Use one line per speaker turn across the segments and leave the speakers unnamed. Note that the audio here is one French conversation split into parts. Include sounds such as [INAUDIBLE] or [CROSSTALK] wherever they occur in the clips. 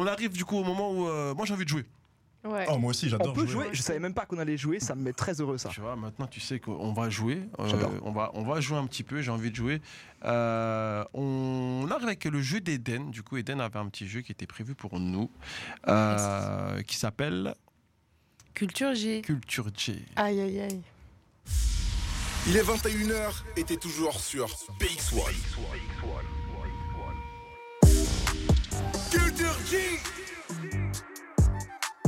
on arrive du coup au moment où euh, moi j'ai envie de jouer.
Ouais.
Eh,
Oh, moi aussi, j'adore
On peut
jouer.
jouer, je savais même pas qu'on allait jouer, ça me met très heureux ça.
Tu vois, maintenant tu sais qu'on va jouer, euh,
J'adore.
on va on va jouer un petit peu. J'ai envie de jouer. Euh, on arrive avec le jeu d'Eden. Du coup, Eden avait un petit jeu qui était prévu pour nous, euh, qui s'appelle
Culture G.
Culture J.
Aïe, aïe, aïe.
Il est 21h et t'es toujours sur BX1. Culture G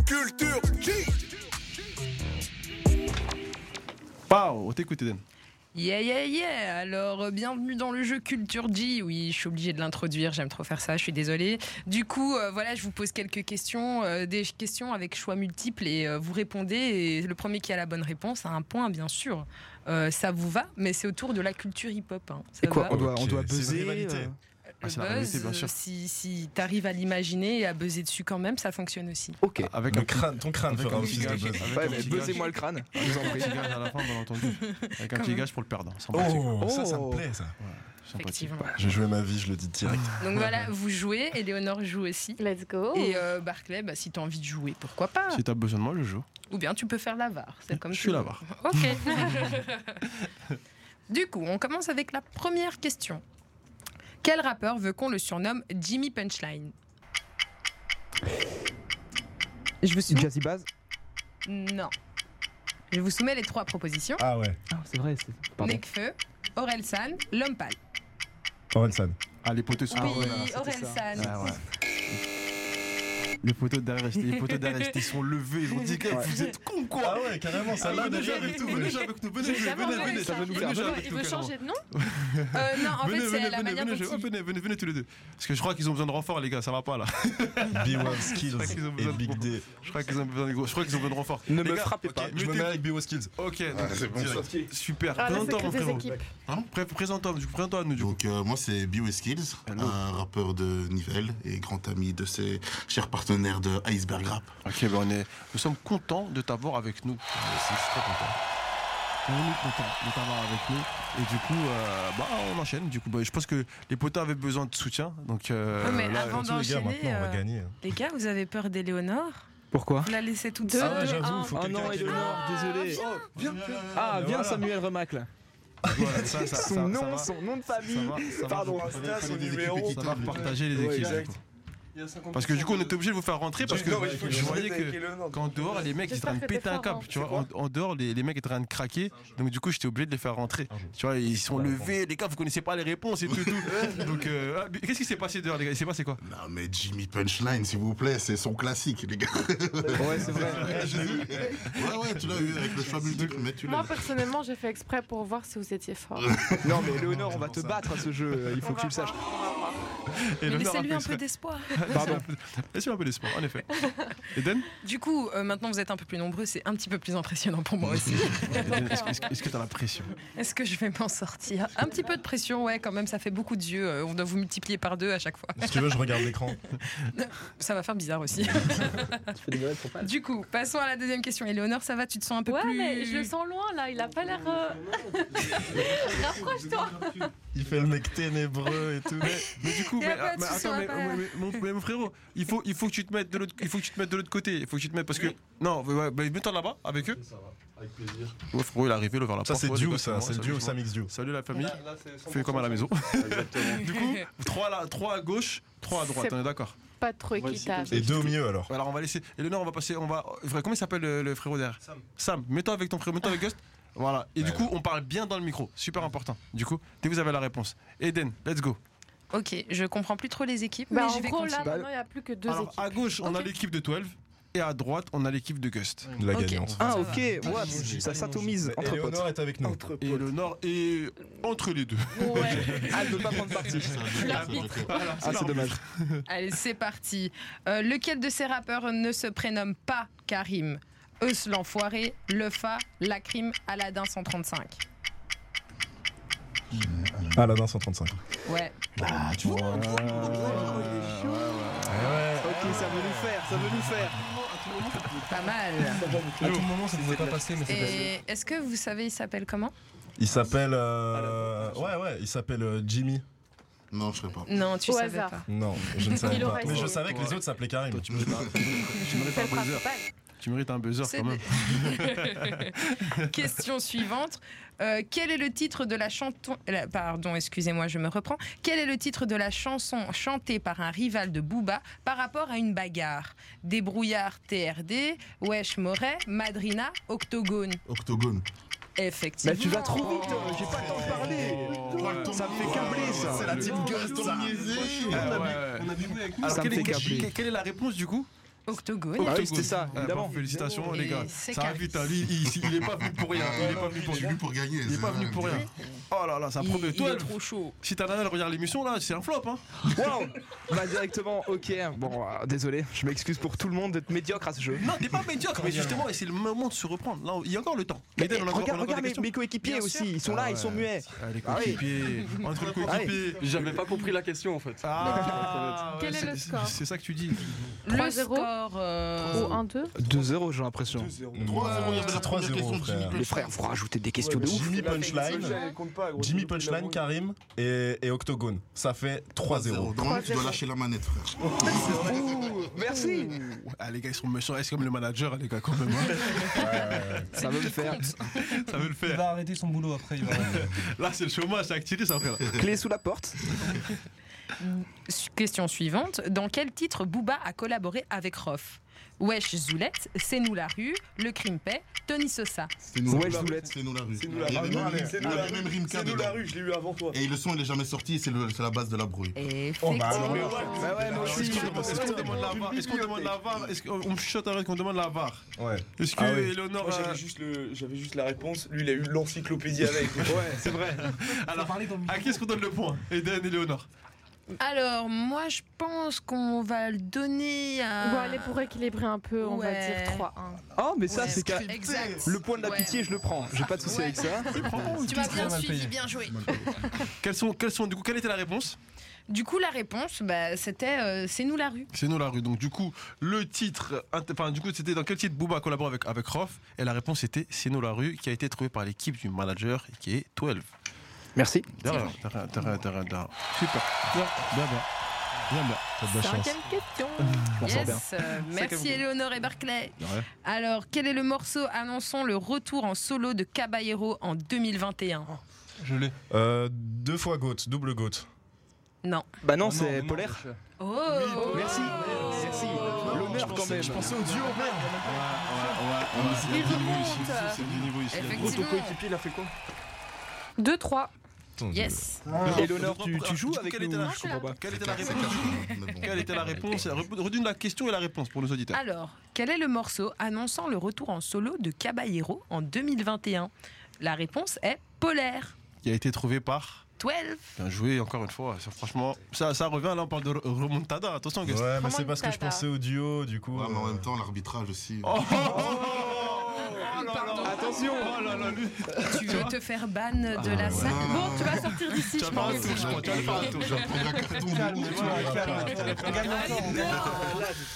Culture G
Pao, on t'écoute Eden.
Yeah, yeah, yeah Alors, euh, bienvenue dans le jeu Culture G. Oui, je suis obligée de l'introduire, j'aime trop faire ça, je suis désolée. Du coup, euh, voilà, je vous pose quelques questions, euh, des questions avec choix multiples et euh, vous répondez. Et le premier qui a la bonne réponse a un point, bien sûr. Euh, ça vous va, mais c'est autour de la culture hip-hop. hein. Ça
Et quoi
va
on doit, on
Ok,
doit
c'est une
buzzer
rivalité.
euh,
Ah, c'est la
Le
réalité,
buzz,
bien sûr.
euh, si, si t'arrives à l'imaginer et à buzzer dessus quand même, ça fonctionne aussi.
Ok.
Avec
Le
un petit-
crâne, ton crâne
Avec
fera
un
office
petit
de
gage.
buzz.
Avec
Ouais,
un
mais
petit
buzzez-moi le
gage. [LAUGHS]
crâne.
Avec un petit gage à la fin, bien
[LAUGHS]
entendu. Avec un petit
Comme-
gage pour le perdre. hein, sans pratique.
Oh, ça, ça me
Oh.
plaît ça.
Sans pratique.
Effectivement.
J'ai joué ma vie, je le dis direct.
Donc voilà, vous jouez, Eleonore joue aussi.
Let's go.
Et euh, Barclay, bah, si t'as envie de jouer, pourquoi pas
Si t'as besoin de moi, je joue.
Ou bien tu peux faire la VAR. C'est Bah, comme
Je
tu
suis
veux.
la VAR.
Ok.
[LAUGHS]
du coup, on commence avec la première question. Quel rappeur veut qu'on le surnomme Jimmy Punchline Je vous
C'est
soumets.
Jazzy Bass
Non. Je vous soumets les trois propositions.
Ah ouais,
Ah, c'est vrai, c'est. Pardon.
Nekfeu, Orelsan, L'Homme Pâle.
Orelsan.
Ah, les poteaux sont
oui,
voilà, c'était
Orelsan.
Ah ouais. Les poteaux derrière, les poteaux derrière, ils sont levés. Ils ont dit, gars,
Ouais.
vous êtes cons, quoi.
Ah ouais, carrément, ça l'a
venez
déjà
jouer
avec
avec
tout.
nous, venez jouer avec nous, venez jouer, venez,
entendu
venez,
ça.
venez
Il
jouer
veut-
avec
il
nous,
veut
carrément.
changer de nom
Euh, non, en
hein. Venez,
fait, c'est
venez,
la
venez,
manière
venez,
dont
jouer.
il-
venez, venez, venez tous les deux. Parce que je crois qu'ils ont besoin de renfort, les gars, ça va pas là.
B1
crois qu'ils
Skills
ont besoin
et
de Ah,
Big
beaucoup.
D.
Je crois qu'ils ont besoin de, je crois qu'ils ont besoin de renfort.
Ne
Les
me
gars,
frappez
ok,
pas.
Je me
mettez-
mets avec B1 Skills.
Ok, donc,
Ah, c'est bon,
direct.
super.
Ah, la
Présente-toi, mon
secret des
frérot.
équipes.
Hein Pré- Présente-toi, du coup, présente-toi à nous, du coup.
Donc euh, moi c'est Bio Skills,
Hello.
un rappeur de Nivelles et grand ami de ses chers partenaires de Iceberg Rap.
Ok, ben on est, nous sommes contents de t'avoir avec nous. On est contents de t'avoir avec nous. Et du coup, euh, bah, on enchaîne. Du coup, Bah, je pense que les potas avaient besoin de soutien. Donc, euh,
Ouais, mais
là,
avant
Tous les gars,
d'enchaîner,
maintenant, on va
euh,
gagner.
les gars, vous avez peur d'Éléonore
Pourquoi
On l'a laissé toute
Deux,
seule.
deux, un.
faut
Ah
quelqu'un
non,
qui-
Eleonore, désolé.
Oh.
Viens, viens,
Ah,
mais
viens
voilà.
Samuel Remacle.
voilà, ça, ça- ça-
Son
ça
nom,
va.
son nom de
Ça
famille.
va, ça va,
Pardon.
vous prenez- prenez
son
des équipes
numéro.
équipées, Ça va partager les
Ouais,
équipes.
exact.
du coup. Parce que du coup, on était obligé de vous faire rentrer parce que
Non, mais il faut que
je
je
voyais
mette avec
que
Eleonore.
qu'en
[LAUGHS]
dehors, les mecs étaient en train de
J'espère que
péter
t'es
un
fort,
hein.
cap. Tu vois, en, en dehors, les, les mecs étaient en train de craquer. Donc, du coup, j'étais obligé de les faire rentrer. Tu vois, ils sont levés. Les gars, vous connaissez pas les réponses et tout. et tout. Donc, euh, ah, mais qu'est-ce qui s'est passé dehors, les gars Il s'est passé quoi
Non mais Jimmy Punchline s'il vous plaît, c'est son classique les gars.
Ouais, c'est vrai.
Ouais ouais tu l'as eu avec le fameux truc mais tu l'as.
Moi, personnellement, j'ai fait exprès pour voir si vous étiez fort.
[LAUGHS] Non, mais Eleonore, on va te battre à ce jeu. euh, Il faut que tu le saches.
Et
Mais
le Nord a
laissez-lui
fait
un
exprès.
peu d'espoir.
Pardon.
Laissez-lui un peu d'espoir, en effet.
[LAUGHS]
Eden
Du coup, euh, maintenant vous êtes un peu plus nombreux, c'est un petit peu plus impressionnant pour moi aussi.
Eden, Est-ce que- est-ce que- est-ce que t'as la pression
Est-ce que je vais m'en sortir Un petit peu de pression, ouais, quand même, ça fait beaucoup de yeux. euh, On doit vous multiplier par deux à chaque fois.
Si tu veux, je regarde l'écran.
Ça va faire bizarre aussi.
Tu fais des pour pas.
Du coup, passons à la deuxième question. Éléonore, ça va Tu te sens un peu
Ouais,
plus.
mais je le sens loin là, il a pas l'air. euh, Rapproche-toi.
Il fait le mec ténébreux et tout.
Mais du coup,
Et
mais,
après,
mais
tu
attends,
seras
mais,
pas-
mais- mais- mon, mais mon frérot, il faut, il faut que tu te mettes de l'autre, il faut que tu te mettes de l'autre côté, il faut que tu te mettes parce que non, bah, ouais, bah, mets-toi là-bas avec eux. Ça va, avec plaisir. Ouais, frérot, il est arrivé, le vers la
Ça,
porte,
c'est
ouais,
duo,
les gars,
ça.
moi,
C'est le
salut,
duo,
c'est moi.
ça mix duo.
Salut la famille, fais comme à la maison. du coup, trois là, trois à gauche, trois à droite,
C'est-
on est d'accord.
Pas trop équitable.
Et deux au milieu alors.
Alors on va laisser. Eleonore, on va passer, on va. euh, Comment il s'appelle le, le frérot derrière Sam. Sam, mets-toi avec ton frérot, mets-toi avec Gust. Voilà. Et du
Ouais.
coup, on parle bien dans le micro, super important. Du coup, dès que vous avez la réponse, Eden, let's go.
Ok, je comprends plus trop les équipes,
Bah,
mais
en
je vais
gros,
continuer.
là,
Bah,
maintenant, il n'y a plus que deux
Alors
équipes.
à gauche, on a
Ok.
l'équipe de 12 et à droite, on a l'équipe de Gust.
La
Ok.
gagnante.
Ah, ok, what Ça s'atomise entre
Eleonore
potes.
est avec nous.
Entre
Et le nord est entre les deux.
Ouais.
[LAUGHS]
Ah, ne pas prendre parti.
[LAUGHS] Voilà,
Ah, c'est
l'arbitre.
dommage.
Allez, c'est parti. Euh, lequel de ces rappeurs ne se prénomme pas Karim Eus l'enfoiré, Lefa, Lacrim, Aladdin 135.
Ah, la 135.
Ouais.
Oh,
Ok, ça veut nous faire, ça veut nous faire.
Pas mal.
À tout moment, ça devait pas passer, mais
Et est-ce que vous savez, il s'appelle comment
Il s'appelle. euh, Ouais, ouais, il s'appelle euh, Jimmy.
Non, je serais pas.
Non, tu
Au
savais
hasard.
pas.
Non, je ne savais
Il
pas.
aurait
Mais
essayé.
je savais que les autres s'appelaient Karim.
Toi, tu mérites un, tu mérites
C'est
un
le
buzzer.
principal.
Tu mérites un buzzer
C'est
quand même.
des- [LAUGHS] Question suivante. Euh, quel est le titre de la chanson la- Pardon, excusez-moi, je me reprends. Quel est le titre de la chanson chantée par un rival de Booba par rapport à une bagarre Débrouillard TRD, Wesh Moret, Madrina, Octogone.
Octogone.
Effectivement.
Mais Bah, tu vas trop vite, euh, j'ai pas le temps de parler. Oh, Ça me fait câbler ça.
C'est la team
Oh,
Gaston
ça.
Niaisé.
Ah, ouais, ouais.
On a du bruit avec nous.
Ah,
Alors,
ça me
quelle, est,
fait câbler.
quelle- quelle est la réponse du coup
Octogone.
Ah oui, c'était ça,
Ah,
évidemment.
bon, Félicitations les gars.
Et c'est
Ça va
carré.
vite, hein. lui, il, il est pas venu pour rien. Il est pas venu pour,
Je suis venu pour gagner.
il est
c'est
pas
vrai.
venu pour rien. Oh là là, ça
Il,
promet.
il
Toi,
est
elle-
trop chaud.
si ta nana elle regarde l'émission là, c'est un flop. Hein.
Waouh Bah directement, ok. Bon, euh, désolé, je m'excuse pour tout le monde d'être médiocre à ce jeu.
Non, t'es pas médiocre, mais justement, et c'est le moment de se reprendre. Là, il y a encore le temps. Eden, on a encore- on a
Eh, regarde
encore
regarde
des
mes,
questions.
mes coéquipiers
Bien
aussi,
sûr.
ils sont là,
Ah
ils sont
ouais.
muets.
Ah, les
Ah oui.
[LAUGHS] coéquipiers. Entre les coéquipiers.
J'avais pas compris la question en fait.
Ah,
Quel
ouais,
est le
c'est-
score
C'est ça que tu dis.
Le
3-0.
score.
Oh.
euh,
Au 1-2
2-0, j'ai l'impression.
3-0, il y avait la première
3-0,
question de
frère.
Jimmy
Les
Page.
frères, faut rajouter des questions de ouf.
Jimmy Punchline, Jimmy Punchline, Karim et, et Octogone. Ça fait 3-0.
Normalement, tu dois lâcher la manette, frère.
Merci
Ah, les gars, ils sont méchants. C'est comme le manager, les gars, quand même. hein
Ça veut le faire.
[LAUGHS] Ça veut le
Il
faire.
va arrêter son boulot après. Il va...
Là, c'est le chômage, c'est activité, ça frère.
Clé sous la porte.
Su- Question suivante. Dans quel titre Booba a collaboré avec Rof Wesh Zoulette, C'est nous la rue, Le Crime Paix, Tony Sosa.
Oh,
C'est nous,
Ouais,
la rue.
Zoulette.
C'est nous la rue.
C'est nous la
Il y avait
rue.
même-
Allez,
il y
c'est nous
avait
la
même Rimka
C'est nous
dedans.
la rue, je l'ai eu avant toi.
Et le son, il est jamais sorti, c'est le- c'est la base de la brouille.
Effectivement.
Oh, bah alors.
Bah ouais, moi aussi.
Est-ce qu'on demande- est-ce qu'on demande la VAR Est-ce qu'on demande la VAR Est-ce qu'on on me chuchote arrête qu'on demande la VAR
Ouais.
Est-ce que
Ah oui.
Eleonore.
Moi
euh,
j'avais juste, le- j'avais juste la réponse, lui il a eu l'encyclopédie avec.
Ouais, c'est vrai.
Alors, à qui est-ce qu'on donne le point Eden et Léonore.
Alors, moi, je pense qu'on va le donner à.
On va aller pour équilibrer un peu, on va
Ah. Ouais.
dire 3-1.
Oh, mais ça,
Ouais.
c'est qu'à.
Exact.
Le point de la
Ouais.
pitié, je le prends. J'ai pas de souci
Ouais.
avec ça.
Tu m'as
Très
bien
mal
suivi,
payé.
bien joué.
Quelles sont, quelles sont, du coup, quelle était la réponse
Du coup, la réponse, bah, c'était euh, C'est nous la rue.
C'est nous la rue. Donc, du coup, le titre. int- Enfin, du coup, c'était dans quel titre Booba collabore avec, avec Rof Et la réponse était C'est nous la rue, qui a été trouvée par l'équipe du manager, et qui est 12.
Merci.
Derrière, derrière, derrière, derrière, derrière. Super. Bien, bien, bien. Bien, bien.
T'as de la bah, chance.
Cinquième question.
Ah,
Yes, euh, merci Eleonore et Barclay.
Ouais.
Alors, quel est le morceau annonçant le retour en solo de Caballero en 2021
Je l'ai.
Euh, deux fois goat, double goat.
Non.
Bah
Ah
non, c'est
non,
polaire.
je-
Oh
Merci. Merci. L'honneur quand même.
Je pensais au duo, merde. Ouais, ouais, ouais.
Il remonte.
C'est du niveau ici.
Effectivement.
il a fait quoi
2-3.
Yes.
Ah.
Et l'honneur, tu, tu joues avec
Quelle était
nous
la-
Je comprends pas.
Quelle était la
Claque, c'est
réponse
claque, mais bon.
Quelle était la réponse Re- Redonne la question et la réponse pour nos auditeurs.
Alors, quel est le morceau annonçant le retour en solo de Caballero en 2021 La réponse est Polaire.
Qui a été trouvé par.
12.
Bien joué encore une fois. Ça, Franchement, ça, ça revient là, on parle de re- remontada. Attention, Gus.
Ouais, mais
Comment
c'est
une
parce que je
tata
pensais au duo, du coup.
Ouais, mais en
euh,
même temps, l'arbitrage aussi.
Oh, oh,
Pardon.
Attention
là là, lui.
Tu veux te faire ban de la
Non,
salle
non, non,
Bon, tu vas sortir d'ici,
Tu
je
vas pas
pense.
rester. je crois, tu vas le faire un tour.
Je vais prendre un carton de
euh,
ouf, tu vois.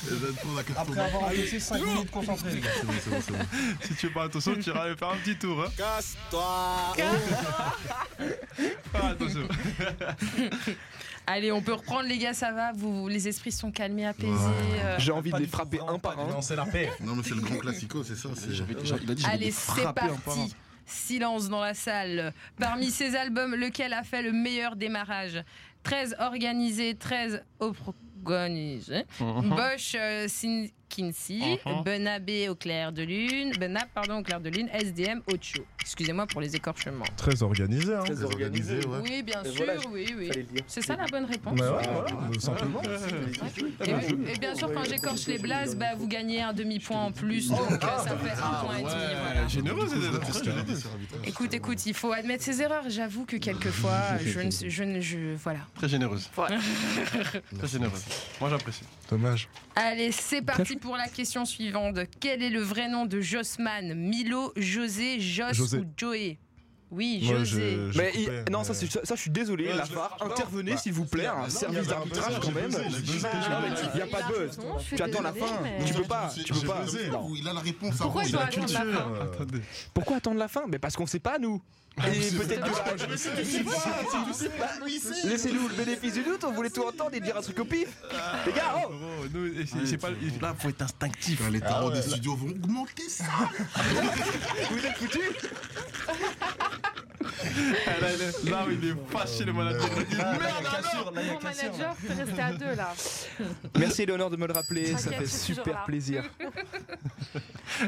Je vais prendre un carton de
Après avoir laissé 5 minutes concentrées, les gars.
C'est bon, c'est bon, c'est bon.
Si tu veux pas attention, tu iras aller faire un petit tour. hein.
Casse-toi
Ah, attention.
Allez, on peut reprendre, les gars, ça va. Vous, les esprits sont calmés, apaisés.
Ouais.
euh,
J'ai envie de
pas
les
du tout,
frapper
vraiment
un
pas
par
du-
un.
Non, c'est la paix.
Non, mais c'est le grand classico, c'est ça. c'est-
Il a dit,
Allez, c'est parti. Silence dans la salle.
[LAUGHS]
Parmi ces albums, lequel a fait le meilleur démarrage 13 organisés, 13 organisés.
Uh-huh.
Bosch euh, Sin- Kinsey,
Mhm.
Benabé au clair de lune, Benab, pardon, au clair de lune, SDM au Tcho. Excusez-moi pour les écorchements.
Très organisé, hein.
Très
Très organisé, ouais.
Oui, bien
Et
sûr,
voilà,
oui, oui.
Fallait le dire.
C'est ça la bonne réponse.
Bah ouais, voilà, tout simplement.
Et, oui, et bien sûr, quand j'écorche les blazes, bah, vous gagnez un demi-point en plus, donc euh, ça fait un point et demi. voilà.
Généreux, c'est
Parce que
généreux.
c'est l'arbitrage.
Écoute, écoute, il faut admettre ses erreurs. J'avoue
[LAUGHS]
que quelquefois, je ne, je ne, je, voilà.
Très généreuse. Très généreuse. Moi, j'apprécie.
Dommage.
Allez, c'est parti pour la question suivante. Quel est le vrai nom de Josman Milo, José, Jos
José.
ou Joey Oui,
Moi,
José.
je- je
Mais il-
coupais,
non,
mais-
ça, c'est- ça, je suis désolé,
Ouais,
la
je-
VAR,
non.
intervenez
Bah,
s'il vous plaît, un
Non, il
service
y avait un
d'arbitrage
buzzer,
quand
j'ai
même.
buzzé, j'ai buzzé.
Non, mais il n'y a pas de buzz.
raison, je suis
Tu attends la
désolée,
fin,
mais-
tu
Non,
peux
je-
pas,
je-
tu peux
je-
pas.
je-
Non.
Où il a la réponse
Pourquoi
avant,
ils
il
ont
a
la
tout-
culture.
Attendez.
Pourquoi attendre la fin Mais parce qu'on sait pas nous.
Ah,
Et peut-être que [LAUGHS] laissez-nous le bénéfice du doute, on voulait tout entendre et dire un truc au pif.
Ah.
Les gars, oh
Gros, nous, et c'est- c'est pas- Là, faut être instinctif.
Les tarots
Ah ouais.
des studios vont augmenter ça
vous êtes foutus
Là, il est- là, il est fâché, le manager. Il a dit,
Ah,
Merde,
là, il y a cassure, là, il y a
Mon
cassure.
manager, c'est resté à deux là.
Merci Léonore de me le rappeler, ça
T'inquiète,
fait
je suis toujours
super
là.
plaisir.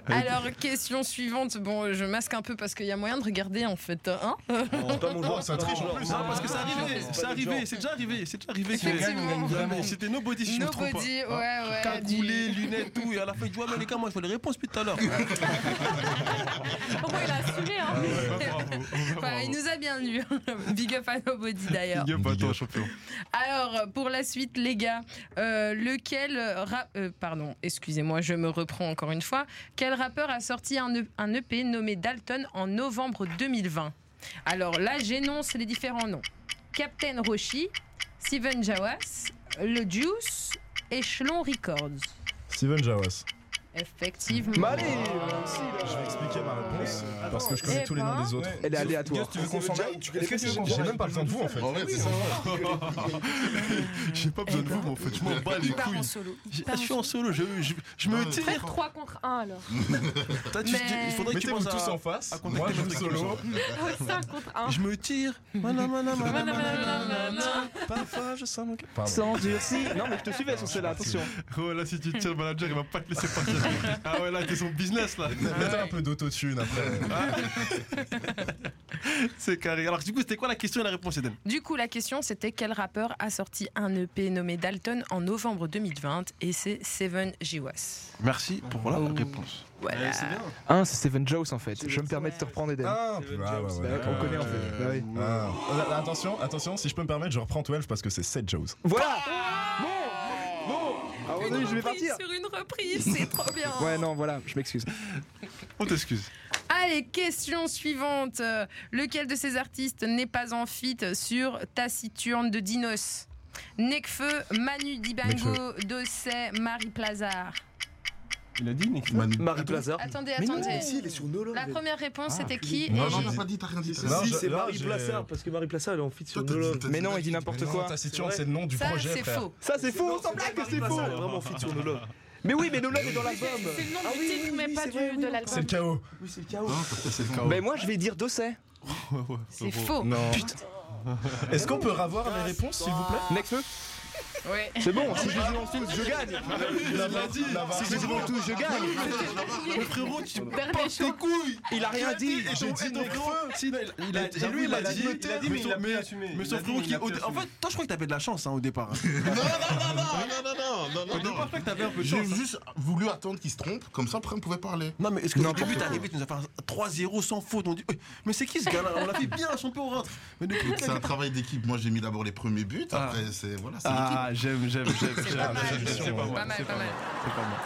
Alors, question suivante. Bon, je masque un peu parce qu'il y a moyen de regarder en fait. Hein
C'est pas mon joueur, ça triche en plus. hein,
Ah, Non, hein, parce que c'est arrivé, c'est
pas notre
arrivé,
genre.
c'est déjà arrivé, c'est déjà arrivé.
Effectivement.
que- Vraiment, C'était nobody si je me trompe pas.
Nobody, ouais,
Hein
ouais.
Cagoulé,
du-
lunettes, tout. Et à la fin, il dit Ouais, mais les gars, moi, je veux les réponses depuis [LAUGHS] tout à l'heure.
Au moins, il a assumé, hein.
Euh,
Enfin, il nous a bien lu. [LAUGHS] Big up à Nobody d'ailleurs.
Big up à
Big
toi,
up.
champion.
Alors, pour la suite, les gars, euh, lequel. ra- euh, pardon, excusez-moi, je me reprends encore une fois. Quel rappeur a sorti un, E- un EP nommé Dalton en novembre 2020 Alors là, j'énonce les différents noms Captain Roshi, Steven Jawas, Le Juice, Echelon Records.
Steven Jawas.
Effectivement.
Mais allez
Je vais expliquer ma réponse parce que je connais
Eh
tous les
ben.
noms des autres.
Elle est aléatoire.
Gus, tu veux qu'on s'en aille Est-ce que tu veux qu'on
J'ai
s'en
même
aille
pas besoin de vous en fait.
En vrai, c'est ça.
J'ai pas besoin de vous, mais en fait, je m'en bats les
Il part
couilles.
en solo.
Je je suis en solo, je, je- je me
Ouais.
tire.
Faire 3 contre 1 alors.
Toi, tu-
Mais-
Il faudrait que tu
Mettez-vous
penses à.
tous en face.
à contacter
Moi, je
notre
joue
équipe,
solo.
Ouais, [LAUGHS] 5 contre 1.
Je me tire. Mana, mana, mana, mana, mana, mana.
Parfois, je sens mon cœur.
Pardon.
[LAUGHS] Sans dire si. Non, mais je te suivais sur celle-là, attention.
[LAUGHS] Oh là, si tu tires le manager, il va pas te laisser partir. Ah ouais, là, t'es son business là.
Mettez un peu d'autotune après.
[LAUGHS] C'est carré. Alors, du coup, c'était quoi la question et la réponse, Eden
Du coup, la question c'était quel rappeur a sorti un EP nommé Dalton en novembre 2020 et c'est Seven Jiwas.
Merci pour la réponse.
Voilà.
C'est bien.
Un, c'est Seven Jones en fait. Je me permets de te reprendre Eden.
Ah,
Steven
ouais, ouais,
Jawas.
ouais.
Bah, on connaît en fait. Bah oui.
Ah. Euh, Attention, attention, si je peux me permettre, je reprends 12 parce que c'est 7 Joes.
Voilà Ah. Bon Bon Ah, Alors
Une
oui, Oh je vais
reprise
partir
Sur une reprise, c'est trop bien.
Ouais, non, voilà, je m'excuse.
On t'excuse.
Allez, question suivante. Euh, Lequel de ces artistes n'est pas en feat sur Taciturne de Dinos Nekfeu, Manu Dibango, Dossé, Marie Plazard.
Il a dit, Nick.
Marie Plazard.
Attendez,
Mais non,
attendez.
mais si, il est sur Nolan.
La première réponse
Ah,
c'était
putain.
qui
Non,
Et
non,
j'ai
t'as
dit-
pas dit, t'as rien dit. t'as
Non,
rien
Si,
dit.
je-
c'est
là,
Marie
j'ai-
Plassard, parce que Marie Plassard, elle est en fit sur
Toi, t'as dit-
Nolan.
t'as dit-
Mais non, il dit n'importe
Non,
quoi.
Taciturne,
vrai.
c'est le nom du
Ça
projet,
c'est
frère.
faux.
Ça, c'est faux, on s'en blague que c'est faux
Elle est vraiment en fit sur Nolan.
Mais oui, mais Nolan est dans l'album
C'est le nom
Ah
du
oui,
titre,
oui,
mais
oui,
pas
c'est
du,
vrai,
de
oui.
l'album.
C'est le chaos.
Oui, c'est le chaos.
Bah Non, t'as- c'est le chaos.
Mais Ben, moi, je vais dire Dosset.
C'est faux.
Non. Est-ce qu'on peut revoir les réponses, s'il vous plaît
Nekfeu
Ouais.
euh, C'est bon,
Ah
si je les énonce tous, je gagne Si Ah bah je les énonce tous, je gagne
Mais frérot, tu
Dernier choix.
couilles
Il a rien dit
Et
j'ai
j'ai dit
dit Nekfeu.
il a, et lui il a dit, il a dit, mais, mais, mais son frérot qui, au- en fait, toi je crois que t'avais de la chance hein, au départ.
Non, non, non, non, non, non, non,
Au
non, non.
départ, je crois que [LAUGHS] t'avais un peu de
J'ai
chance.
juste voulu attendre qu'il se trompe, comme ça après on pouvait [LAUGHS] parler.
Non mais est-ce que au début t'es arrivé, tu nous as fait un 3-0 sans faute, on dit, Eh, mais c'est qui ce gars-là On l'a fait bien, son peu au rentre. Mais depuis
C'est un travail d'équipe. Moi, j'ai mis d'abord les premiers buts.
Ah.
Après, c'est voilà, c'est l'équipe.
Ah j'aime, j'aime, j'aime,
C'est pas mal.
C'est pas
Pas
mal,
mal,
c'est
pas
pas mal.
mal.
C'est pas mal.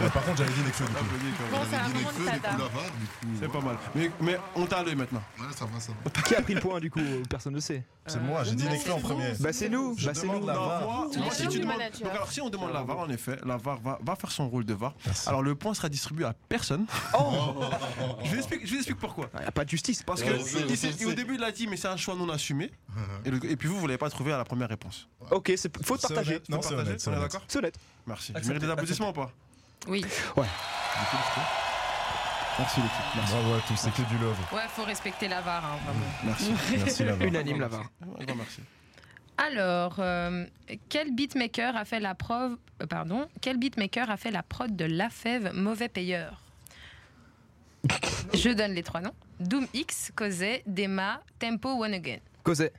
Bah, Par contre, j'avais dit Nekfeu, du coup.
Applaudis quand même.
J'avais
Bon, c'est un
dit les
Ah,
moment
feux,
de
du coup,
sada.
la VAR, du coup,
C'est pas mal. Mais, mais on t'a l'œil maintenant.
voilà, ça va, ça va.
Qui a pris le point du coup euh, Personne ne sait.
C'est moi, j'ai dit
non,
Nekfeu en
c'est
premier.
Bah, c'est nous
Je
Bah, c'est
demande
nous
la
Non,
VAR.
moi,
Tout
moi,
les
si
gens
tu
du
demandes-
manager.
donc alors, si on demande la VAR, en effet, la VAR va, va faire son rôle de VAR.
Merci.
Alors le point sera distribué à personne.
Oh
[LAUGHS] Je vous explique, je vous explique pourquoi.
Ah, Y a pas de justice
Parce que
Ouais, c'est-
il- il-
c'est-
au début il a dit mais c'est un choix non assumé et, le- et puis vous vous l'avez pas trouvé à la première réponse.
Ok, c'est faute
C'est
partagée.
honnête. Non,
Faut
c'est
partager,
honnête, c'est
on est
honnête.
d'accord
C'est honnête.
Merci. Je
Accepté,
mérite des applaudissements ou pas
Oui.
Merci l'équipe. Merci.
Bravo à tous, c'est que du love.
Ouais, faut respecter la VAR, hein, vraiment.
Merci.
Merci la VAR.
Unanime la VAR.
Un grand merci.
Alors, euh, quel beatmaker a fait la preuve, euh, pardon, quel beatmaker a fait la prod de La Fève Mauvais Payeur Je donne les trois noms. Doom X, Cosé, Dema, Tempo, One Again.
Cosé.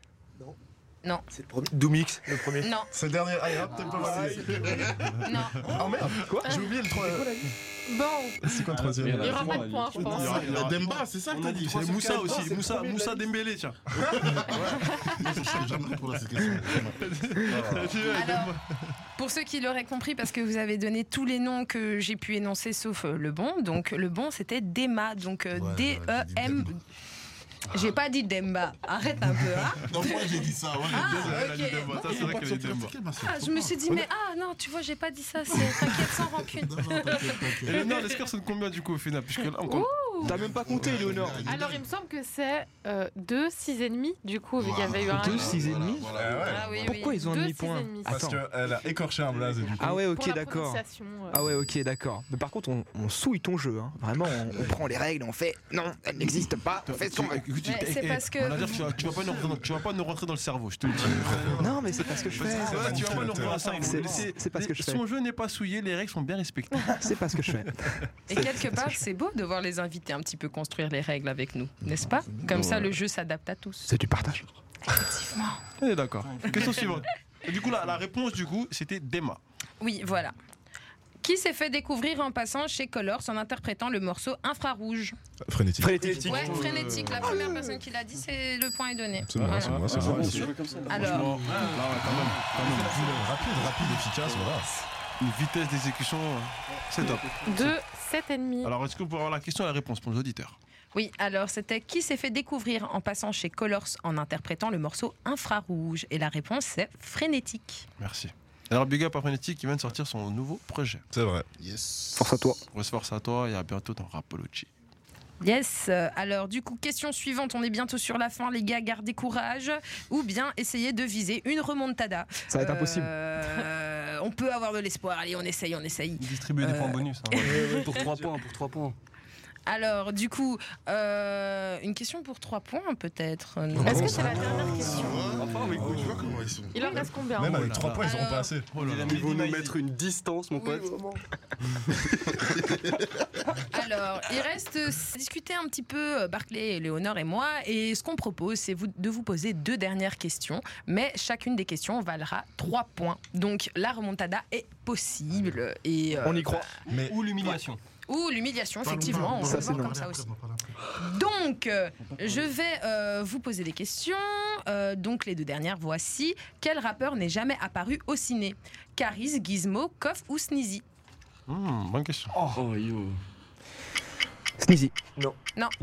C'est le premier.
Doomix.
Le premier.
Non,
[LAUGHS] C'est le dernier I rap, t'es pas mal.
[LAUGHS]
non.
Oh merde,
Ah,
Ah,
Quoi
J'ai oublié le Ah, 3.
Bon,
C'est quoi le troisième
il n'y aura pas de points, je pense.
Il y aura-
Demba, c'est ça que t'as dit.
C'est Moussa
Ah,
aussi,
c'est le
Moussa,
premier de la
Moussa
liste.
Dembélé tiens.
Moi, je sais jamais répondre à cette [LAUGHS] question. Euh,
Alors, pour ceux qui l'auraient compris, parce que vous avez donné tous les noms que j'ai pu énoncer sauf euh, le bon, donc le bon c'était Dema, donc euh,
Ouais, j'aurais dit
D-E-M. J'ai pas dit Demba. Arrête un peu. hein.
Non, moi j'ai dit ça, ouais.
Ah,
Désolé,
ok.
elle a dit Demba.
Non, il
Ça, c'est
faut
vrai
pas
qu'elle a dit Demba.
Ah, je me suis dit, mais ah non, tu vois, j'ai pas dit ça. C'est t'inquiète sans rancune.
Et Léonard, les scores sont de combien du coup au final Puisque là, on compte.
T'as même pas compté, Léonore.
Alors, il me semble que c'est 2, 6 et demi. Du coup, il y avait eu un.
Deux, six et demi
Ah oui,
Pourquoi
oui.
ils ont
Eh Deux,
un
six
demi-point
et demi.
Parce
Attends.
qu'elle a écorché un blaze et du coup.
Ah ouais,
Pour
ok,
la
d'accord.
prononciation, euh,
Ah ouais, ok, d'accord. Mais par contre, on, on souille ton jeu. hein. Vraiment, on, on prend les règles, on fait non, elle n'existe pas, on fait son règle.
Écoute,
Ouais,
eh,
c'est
eh,
parce que-
on va dire que tu vas- tu vas pas nous rentrer dans- tu vas pas nous rentrer dans le cerveau, je te le dis.
Non, mais c'est pas ce que je fais.
Ouais, tu vas pas nous rentrer dans le cerveau.
C'est-
Laissez-
c'est pas ce que je fais.
Son jeu n'est pas souillé, les règles sont bien respectées.
C'est pas ce que je fais.
Et quelque part, c'est beau de voir les invités un petit peu construire les règles avec nous, n'est-ce pas Comme ça, le jeu s'adapte à tous.
C'est du partage.
Effectivement.
On est d'accord. Question suivante. Et Du coup, la, la réponse, du coup, c'était Dema.
Oui, voilà. Qui s'est fait découvrir en passant chez Colors en interprétant le morceau Infrarouge
Frénétique.
Frénétique.
Ouais, frénétique. La première personne qui l'a dit, c'est le point est donné.
C'est moi,
Voilà.
c'est moi, Ah, c'est moi.
c'est
comme ça.
Alors,
Franchement, là, ouais, quand même, quand même.
Ah, Rapide, rapide, efficace, voilà.
Une vitesse d'exécution, euh, c'est top.
Deux, sept et demi.
Alors, est-ce que vous pouvez avoir la question et la réponse pour les auditeurs
oui, alors c'était qui s'est fait découvrir en passant chez Colors en interprétant le morceau Infrarouge Et la réponse, c'est frénétique.
Merci. Alors, Big Up à Frenetic qui vient de sortir son nouveau projet.
C'est vrai.
Yes.
Force à toi.
Grosse force à toi et à bientôt dans Rapology.
Yes, euh, alors du coup, question suivante, on est bientôt sur la fin, les gars, gardez courage, ou bien essayez de viser une remontada.
Ça va être impossible.
Euh, on peut avoir de l'espoir, allez, on essaye, on essaye.
Distribuer
des
des
points
points
Euh,
bonus.
Pour 3 points, pour 3 points.
Alors, du coup, euh, une question pour 3 points peut-être. euh, non
Est-ce que c'est la dernière question
Enfin, oui, écoute, tu vois comment ils sont.
Il en reste combien
Même
oh
avec
là
3
Oh là.
points, ils auront
Alors-
pas assez.
Ils vont nous mettre une distance, mon pote.
Alors, il reste euh, à discuter un petit peu euh, Barclay, Léonore et moi. Et ce qu'on propose, c'est vous- de vous poser deux dernières questions. Mais chacune des questions valera 3 points. Donc, la remontada est possible. Et, euh,
On y croit.
Mais
Ou l'humiliation.
Ou l'humiliation, effectivement. On
Ça,
peut le
c'est
voir
non.
comme ça aussi. Donc, euh, je vais euh, vous poser des questions. Euh, donc, les deux dernières, voici. Quel rappeur n'est jamais apparu au ciné Caris, Gizmo, Koff ou Sneezy
Hmm, bonne question.
Oh yo.
Sneezy.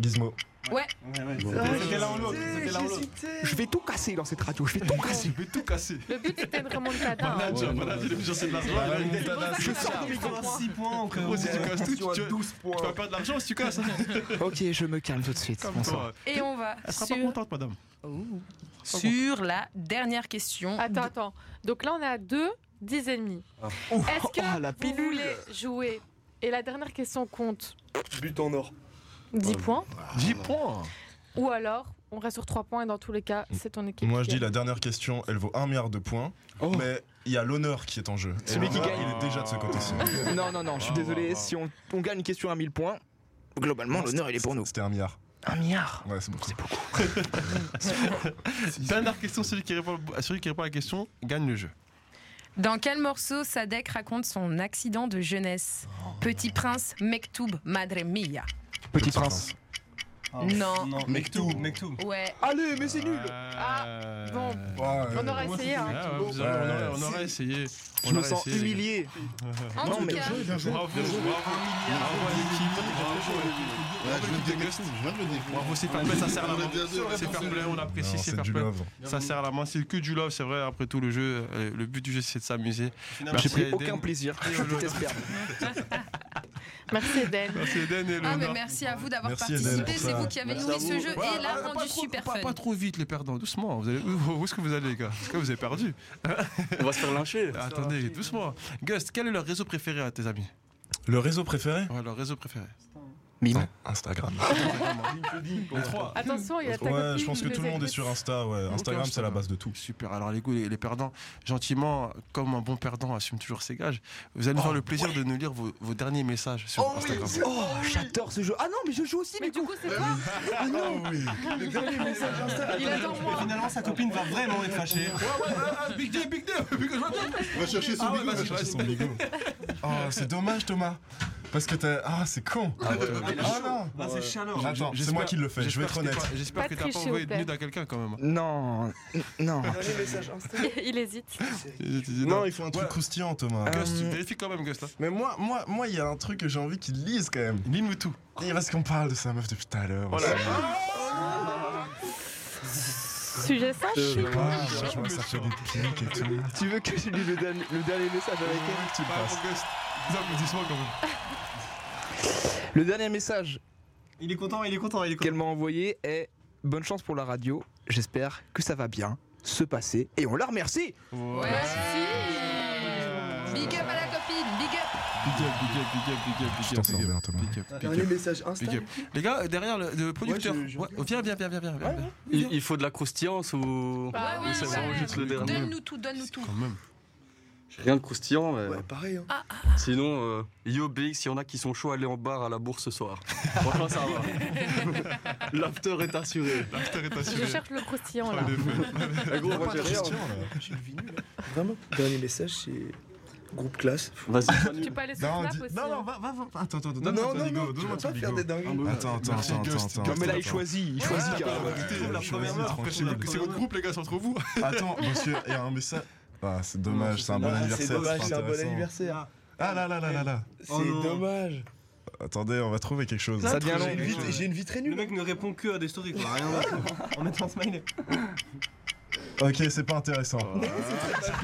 Gizmo.
C'était l'un ou l'autre. C'était l'un ou l'autre.
Je vais tout casser dans cette radio. Je vais tout casser.
vais tout casser.
Le but c'était de remonter à
Là, tu vas pas là, tu vas chercher de l'argent. et là,
C'est pour ça que
Je
ça
sors
fait
de mes
trois
gants.
points.
6 points, frérot.
Gros, si tu casses tout, tu,
Tu as
tu
12
tu vas
points.
perdre de l'argent si tu casses. hein.
Ok, je me calme tout de suite.
Comme toi.
Bonsoir.
Et on va
Elle sera pas
sur,
contente, madame.
Oh. sur la dernière question.
Attends, attends. Donc là, on est à 2, 10 et demi. Est-ce que
Oh,
Ah, la
vous voulez jouer Et la dernière question compte
But en or.
10
Euh,
points.
10 points.
Ou alors, on reste sur 3 points et dans tous les cas, c'est ton équipe.
Moi, je
qui
dis
gagne.
la dernière question, elle vaut 1 milliard de points.
Oh.
Mais il y a l'honneur qui est en jeu. Et
Celui qui
l'honneur,
gagne.
Il est déjà de ce côté-ci.
Non, non, non, je suis désolé. Si on, on gagne une question à 1000 points, globalement, l'honneur, il est pour nous.
C'était un milliard.
Un milliard
Ouais, c'est bon.
Dernière question, celui qui répond, celui qui répond à la question gagne le jeu.
Dans quel morceau Sadek raconte son accident de jeunesse
Oh.
Petit prince, Mektoub, Madre Mia.
Petit prince. Ah
Non.
Mektou. Mektou.
Ouais,
Allez, mais c'est nul
Ah,
bon. On aurait essayé. hein.
Ah ouais, vous aurez- on, aurait, on aurait essayé. On
Je me
aurait
sens
essayé, les gars.
humilié.
en
Non,
tout
mais-
cas.
Bravo, bravo, bravo à l'équipe, bravo à l'équipe.
Ouais, je
Bravo,
le
l'équipe de
déguste,
Gust.
je viens de le dire.
Bravo, c'est fair play, ça sert à la
On
main.
est désolé,
C'est fair
personne.
play, on
Non,
apprécie, c'est
C'est
fair
du
play.
love.
Ça sert à la main, c'est que du love, c'est vrai. Après tout, le jeu, euh, le but du jeu, c'est de s'amuser.
J'ai
Merci à
pris
Eden.
aucun plaisir. Je déteste perdre.
Merci Eden.
Merci Eden et
Ah, mais
Léonard.
merci à vous d'avoir
Merci, Eden,
participé.
pour
C'est
ça.
vous qui avez
Merci
nourri
à vous.
ce jeu
Voilà,
et l'a
pas
rendu
trop-
super
pas,
fun.
pas trop vite les perdants, doucement. Vous allez- où est-ce que vous allez les gars Parce que vous avez perdu.
On va se faire lyncher.
Attendez, doucement. Gust, quel est leur réseau préféré à tes amis
Le réseau préféré
Ouais, leur réseau
[LAUGHS]
préféré.
Mime.
Instagram.
hein. Les trois.
Attention, il y a ta
Ouais,
copine
je pense
qui
que
nous
tout le monde est
écoute.
sur Insta. Ouais, Instagram, c'est la
Instagram.
base de tout.
Super. Alors les goûts, les, les perdants, gentiment, comme un bon perdant assume toujours ses gages, vous allez nous faire le plaisir de nous lire vos, vos derniers messages sur Instagram.
Oh, j'adore ce jeu. Ah non, mais je joue aussi,
Mais
du
du
coup.
coup, c'est
[LAUGHS]
quoi
Ah non
Il adore
Et
moi.
finalement, sa copine va vraiment être fâchée.
big day, big day.
Va chercher son
Ah ouais, bah,
bigot, va
c'est vrai,
chercher son
c'est
bigot.
[LAUGHS] Oh, c'est dommage, Thomas. Parce que t'as. Ah, c'est con. Ah non.
Là, c'est chaleur.
Attends, c'est moi qui le fais, je vais être honnête. Euh,
J'espère que t'as
Patrick,
pas
s'il
envoyé
vous
de
plaît.
nude à quelqu'un quand même.
Non, n- non.
Il hésite.
euh, Non, il faut un truc
Ouais.
croustillant, Thomas.
Gust,
Euh,
vérifie quand même, Gust. hein.
Mais moi, moi, moi, il y a un truc que j'ai envie qu'il lise quand même.
Lis-nous tout. Oh
Et parce qu'on parle de sa meuf depuis tout à l'heure. aussi.
sujet ça je sais pas.
ça fait des clics et tout.
Tu veux que je lui le donne le dernier message avec elle
Tu le passes.
Applaudissements quand même.
[LAUGHS] Le dernier message
Il est content, il est content, il est content.
qu'elle m'a envoyé est Bonne chance pour la radio, j'espère que ça va bien se passer. Et on la remercie
Ouais. Big up à la copine, big up.
Big up, big up, big up, big up, big
Putain,
up,
c'est
big
Lambert,
up,
Thomas.
big up, big
Dernier
up.
message Insta.
Big up. Les gars, euh, derrière le, le producteur.
Ouais, je- je-
Ouais, viens, viens, viens, viens, viens. viens.
Il, il faut de la croustillance ou.
Bah
ou
oui,
c'est
ouais.
vraiment juste le dernier.
Donne-nous tout, donne-nous tout.
Quand même.
J'ai Rien de croustillant, mais.
Ouais, pareil. Hein.
Sinon, euh, yo BX, s'il y en a qui sont chauds, allez en bar à la bourse ce soir. Franchement, ça va. L'after est assuré.
Je cherche le croustillant là.
Eh, gros, moi, j'ai rien.
J'ai le vinyle, là. Vraiment. Dernier message, c'est groupe classe.
Vas-y, sois nul.
Tu peux aller sur
Non,
Snap
dis-
aussi.
non, non,
hein.
va, va, va. Attends, attends, attends.
Non,
donne-moi
non,
ton
non,
bigo,
tu
donne-moi
vas
ton
pas faire
bigo.
des dingueries.
Attends, attends,
Merci,
attends,
Ghost.
attends.
Non mais là il
attends. Euh,
choisit, il choisit
ouais,
carrément.
ouais.
Écoutez,
La
je
première
choisis
meuf,
tranquillement.
c'est votre
groupe, les gars, c'est entre vous.
[LAUGHS] Attends, monsieur, il y a un message. Ah, c'est dommage, c'est un bon
Ah, C'est
anniversaire.
dommage,
pas
c'est un bon
intéressant.
anniversaire.
Ah là là là là là.
C'est
Oh non.
dommage.
Attendez, on va trouver quelque chose.
Ça devient
J'ai une vie-
long.
J'ai une vie très
Le
nulle.
mec ne répond que à des stories quoi. Rien d'autre. En mettant un smiley.
Ok, c'est pas intéressant. [LAUGHS]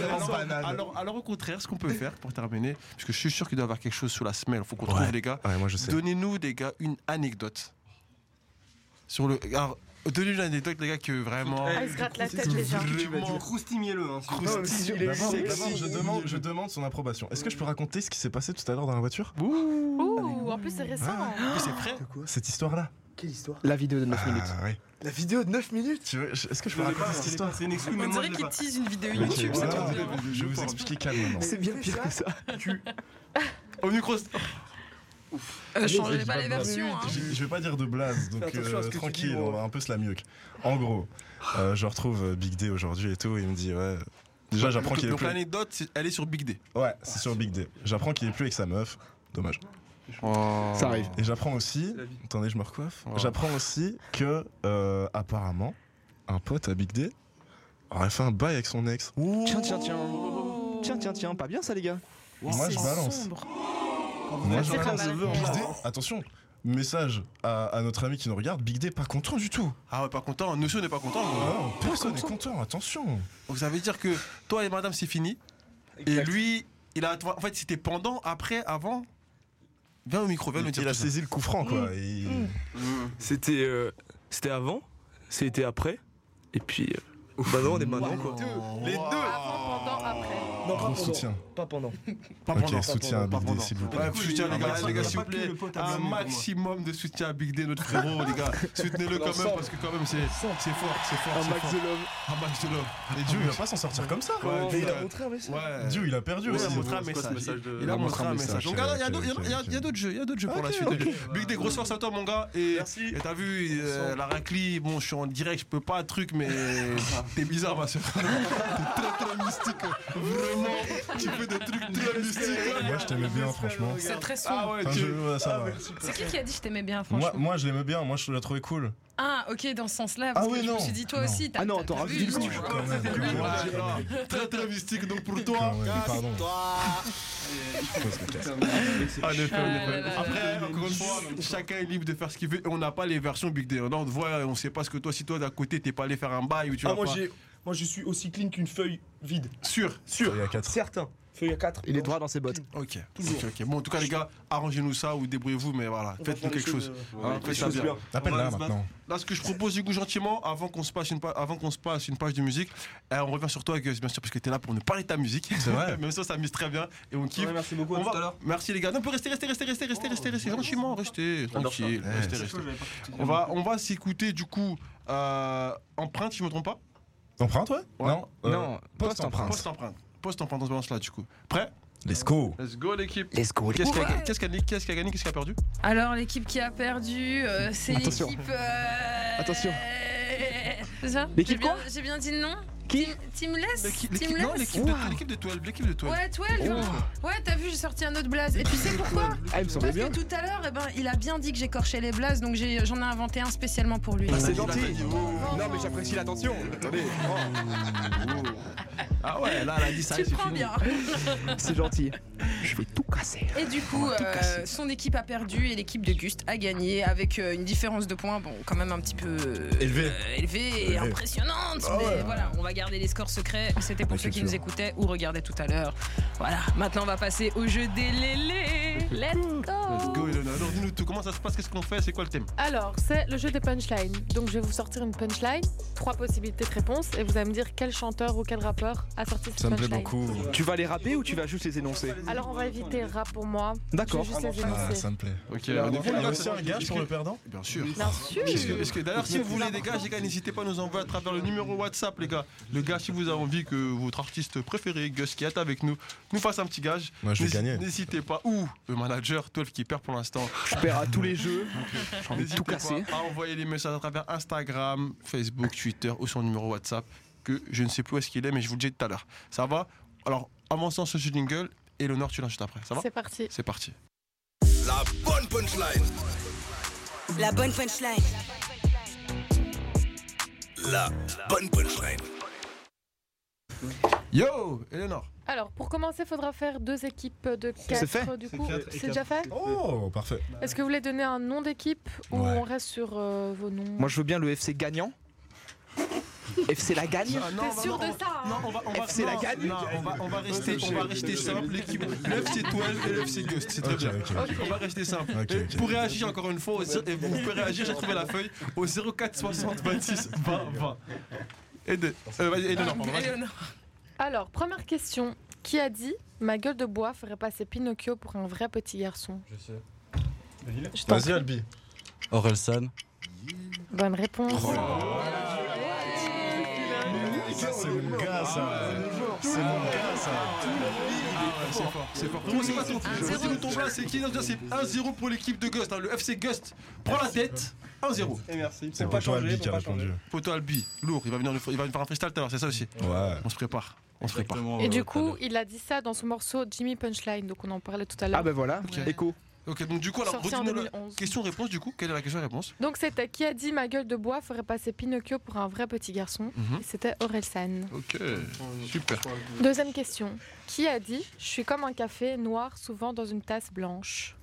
Alors,
banane.
alors, alors, au contraire, ce qu'on peut faire pour terminer, parce que je suis sûr qu'il doit y avoir quelque chose sous la semelle, il faut qu'on trouve les gars.
Ouais, moi je sais.
Donnez-nous, les gars, une anecdote. Sur le. Alors, donnez-nous une anecdote, les gars, que vraiment.
Ah, il se gratte la tête déjà.
Vraiment.
Croustillez-le. Hein, c'est-
Non, mais si- il est
D'abord,
sexy.
d'abord, je demande, je demande son approbation. Est-ce que je peux raconter ce qui s'est passé tout à l'heure dans la voiture
Ouh, en plus c'est récent.
C'est prêt
Quoi
Cette histoire-là
Quelle histoire
La vidéo de 9
Ah,
minutes.
ouais.
La vidéo de 9 minutes
Tu veux- je- Est-ce que je
Je
peux
l'ai
raconter
pas,
cette
je l'ai
histoire
pas, C'est une excuse, mais
On
moi je
dirait
l'ai
qu'il
pas.
tease une vidéo
Ok,
YouTube, c'est
voilà.
trop bien.
Je vais vous expliquer calmement.
C'est bien pire que ça.
Au micro,
Euh, Changez
Vas-y,
pas les
vas-y.
versions, hein.
Je, je vais pas dire de blase, donc
Fais attention à ce
euh,
que tu
tranquille,
dis, gros.
on va un peu se la mieux. En gros, euh, je retrouve euh, Big D aujourd'hui et tout, et il me dit ouais. Déjà, j'apprends
Donc,
qu'il est
donc
plus.
l'anecdote, c'est- elle est sur Big D.
Ouais, c'est sur Big D. J'apprends qu'il est plus avec sa meuf. Dommage. Oh.
Ça arrive.
Et j'apprends aussi.
C'est la vie.
Attendez, je me recoiffe.
Oh.
J'apprends aussi que, euh, apparemment, un pote à Big D aurait fait un bail avec son ex. Ouh.
Tiens tiens tiens. Tiens tiens tiens, pas bien ça les gars.
Moi, je balance. Moi,
Moi,
je
C'est pas
balance.
mal.
Big D, attention, message à, à notre ami qui nous regarde. Big D, pas content du tout.
Ah ouais, pas content. Notion n'est pas content. gros.
Ah, personne n'est content, attention.
Donc ça veut dire que toi et madame, c'est fini. Et lui, il a. En fait, c'était pendant, après, avant. Viens au micro, viens nous
Il,
dire. Mm.
il a
tout ça.
saisi le coup franc, quoi. Il-
C'était, euh, c'était avant, c'était après, et puis. euh, bah non, on est maintenant quoi.
Les deux
Avant, pendant, après.
Non, pas
Gros
pendant.
soutien.
Pas pendant.
Pas
Ok,
pendant.
soutien à
pas
Big D,
pendant.
s'il vous plaît.
Ouais, soutien, les gars,
Personne
les gars,
n'a
s'il vous
pas pu
plaît.
le pote à
Un
blâmer, pour moi.
maximum de soutien à Big D, notre frérot,
[LAUGHS]
les gars. Soutenez-le quand même,
L'ensemble.
parce que quand même, c'est c'est fort, c'est fort.
Un
c'est
max
fort.
de love.
Un max de love.
Et Dieu, il va pas s'en sortir comme ça.
Ouais,
Oh, Mais il
ouais.
a montré un message.
Ouais.
Dieu, il a perdu
Il a
aussi.
montré un
c'est quoi ce
message.
message de-
Il a montré un message. Donc,
Ok,
alors, il y a
ok,
d'autres- il y a
ok,
d'autres- il y a-
ok.
il y a d'autres jeux, il y a d'autres jeux pour la suite. Big des grosses forces à toi, mon gars. Et et t'as vu, euh, la racli, bon, je suis en direct, je peux pas un truc, mais t'es bizarre, ma soeur. [LAUGHS] T'es très, très mystique. Vraiment, tu fais des trucs très mystiques.
Moi, je t'aimais bien, franchement.
C'est très
Ah
sombre.
ouais, Ah,
Enfin,
tu-
je- ouais, ça va.
C'est qui qui a dit je t'aimais bien, franchement
Moi, moi, je l'aimais bien, moi, je l'ai trouvé cool.
Ah, ok, dans ce sens-là. Parce
Ah oui,
que
non.
Je me suis dit, toi
Non.
aussi, t'as.
Ah non,
t'as-
t'auras
t'as
vu du
vu.
tout.
Quand même, quand
Ouais,
même.
non, Très très mystique donc pour
Ah
toi.
ouais, mais pardon.
Ah, En effet, en effet.
Ah là là
Après, encore une fois, chacun est libre de faire ce qu'il veut. Et on n'a pas les versions Big Day. On voit, on sait pas ce que toi, si toi d'à côté, t'es pas allé faire un bail ou tu
Ah,
vas
moi,
pas.
j'ai- moi, je suis aussi clean qu'une feuille vide.
Sûr.
Sûr.
Il y a quatre.
Certain. Feuille à 4.
Il est droit dans ses bottes.
Ok.
Toujours.
Ok, ok. Bon, en tout cas, les gars, arrangez-nous ça ou débrouillez-vous, mais voilà, faites-nous quelque chose.
euh,
Hein, faites ça bien.
Appelle-la maintenant.
Là, ce que je propose, du coup, gentiment, avant qu'on se passe une, pa- avant qu'on se passe une page de musique, eh, on revient sur toi, Gus, bien sûr, parce que t'es là pour nous parler de ta musique.
C'est
[LAUGHS]
vrai.
Même ça, ça mise très bien et on kiffe.
Merci beaucoup.
On
à
va-
tout à l'heure.
Merci les gars. Non, on peut rester, rester, rester, rester, rester, rester, rester gentiment, rester
J'adore
tranquille, rester,
ça. Ouais.
rester.
J'avais pas tout dit.
On va, on va s'écouter du coup euh, empreinte, si je me trompe pas.
Empreinte, ouais
Ouais.
Non. euh,
Non,
Poste empreinte.
Post empreinte, post empreinte dans ce balance là du coup. Prêt
Let's go.
Let's go l'équipe.
Let's go.
Qu'est-ce qui a, qu'est-ce qui a- qu'est-ce qui a gagné, qu'est-ce qui a perdu
Alors, l'équipe qui a perdu, euh, c'est
Attention.
l'équipe. euh,
Attention.
C'est ça
L'équipe
J'ai bien-
quoi
J'ai bien dit le nom
Qui
Team- Teamless
L'équipe, l'équipe- non,
Teamless
l'équipe de, l'équipe de 12, l'équipe de Oh. 12.
Ouais, 12. Ouais, t'as vu, j'ai sorti un autre blaze. Et tu sais pourquoi
Ah, il me semblait
Parce
bien.
que tout à l'heure, eh ben, il a bien dit que j'écorchais les blazes, donc j'ai- j'en ai inventé un spécialement
Ah,
pour lui.
C'est gentil. Non mais j'apprécie l'attention. Attendez.
Ah ouais, là, elle a dit ça.
Tu
y est, c'est
prends
fini.
bien.
C'est gentil. Je vais tout casser.
Et du coup,
va tout
euh,
casser.
son équipe a perdu et l'équipe de Gust a gagné avec euh, une différence de points, bon, quand même un petit peu euh,
Élevée.
élevée et
Élevée.
impressionnante.
Ah
mais
ouais.
voilà, on va garder les scores secrets. C'était pour
Ouais,
ceux qui
c'est
nous
sûr.
écoutaient ou regardaient tout à l'heure. Voilà, maintenant on va passer au jeu des lélés. Let's
Oh.
Let's
go.
go, Elena. Alors, dis-nous tout. Comment ça se passe Qu'est-ce qu'on fait C'est quoi le thème
Alors, c'est le jeu des punchlines. Donc, je vais vous sortir une punchline, trois possibilités de réponse, et vous allez me dire quel chanteur ou quel rappeur a sorti cette
Ça me plaît
punchline.
beaucoup.
Tu vas les rapper ou tu vas juste les énoncer
Alors, on va éviter rap pour moi.
D'accord.
Je vais juste les
Ah,
énoncer.
ça me plaît.
Ok,
Il
au niveau, les
y a
gars,
aussi
c'est-
un gage sur le perdant
Bien sûr.
Bien sûr.
Est-ce que- est-ce que- D'ailleurs, si vous voulez des gars, les gars, n'hésitez pas à nous envoyer à travers le numéro WhatsApp, les gars. Le gars, si vous avez envie que votre artiste préféré, Gus, qui est avec nous, nous fasse un petit gage.
Moi, je vais
n'hési-
gagner.
N'hésitez pas. Ou le manager, 12 qui perd pour l'instant.
Je perds à tous les jeux. J'ai envie de
N'hésitez
tout casser.
pas à envoyer les messages à travers Instagram, Facebook, Twitter ou son numéro WhatsApp, que je ne sais plus où est-ce qu'il est, mais je vous le dis tout à l'heure. Ça va Alors, avançons sur ce jingle, et l'honneur, tu l'as juste après. Ça va
C'est parti.
C'est parti.
La bonne punchline.
La bonne punchline.
La bonne punchline.
Yo, Eleanor
Alors, pour commencer, faudra faire deux équipes de quatre.
fait
Du
C'est
coup,
quatre et
c'est déjà fait
Oh, parfait.
Est-ce que vous voulez donner un nom d'équipe ou
Ouais.
on reste sur euh, vos noms
Moi, je veux bien le FC gagnant. FC la gagne.
Ah, non,
T'es
on va-
sûr
on
de
va-
ça hein
Non, on va, on va,
FC la
non,
gagne.
non, on va, on va rester, on va rester simple. L'équipe, le FC 12 et le FC Ghost, c'est très
Ok,
bien.
ok,
ok.
On va rester simple.
Ok,
Et
ok.
Pour réagir encore une fois, au zé- et vous pouvez réagir, j'ai trouvé la feuille au 04 60 26 20 20. Aidez. Euh, vas-y, aidez, non, pardon, vas-y.
Alors, première question. Qui a dit Ma gueule de bois ferait passer Pinocchio pour un vrai petit garçon
Je sais.
Je t'en
Vas-y,
prie.
Albi.
Orelsan.
Bonne réponse.
Ça, c'est mon gars, ça. C'est mon gars, ça.
Ah ouais, c'est fort, c'est fort. Frérot, c'est quoi ton
zéro.
C'est où ton blanc, C'est qui Non, C'est 1-0 pour l'équipe de Ghost. hein. Le FC Ghost prend la tête. 1-0.
Et Eh, merci.
C'est
Faut pas
plutôt
changer,
Albi qui
faut
a
pas changer.
répondu.
Poto Albi, lourd. Il va venir, nous f- il va nous faire un freestyle tout à l'heure, c'est ça aussi.
Ouais.
On se prépare. On se prépare.
Et du coup, il a dit ça dans son morceau Jimmy Punchline, donc on en parlait tout à l'heure.
Ah ben voilà.
Ok.
Écho.
Ok, donc du coup, alors,
sorti en
redis-nous la
2011.
question-réponse du coup. Quelle est la question-réponse
Donc c'était qui a dit ma gueule de bois ferait passer Pinocchio pour un vrai petit garçon
Mhm.
Et C'était Orelsan.
Ok, super.
Deuxième question. Qui a dit je suis comme un café noir souvent dans une tasse blanche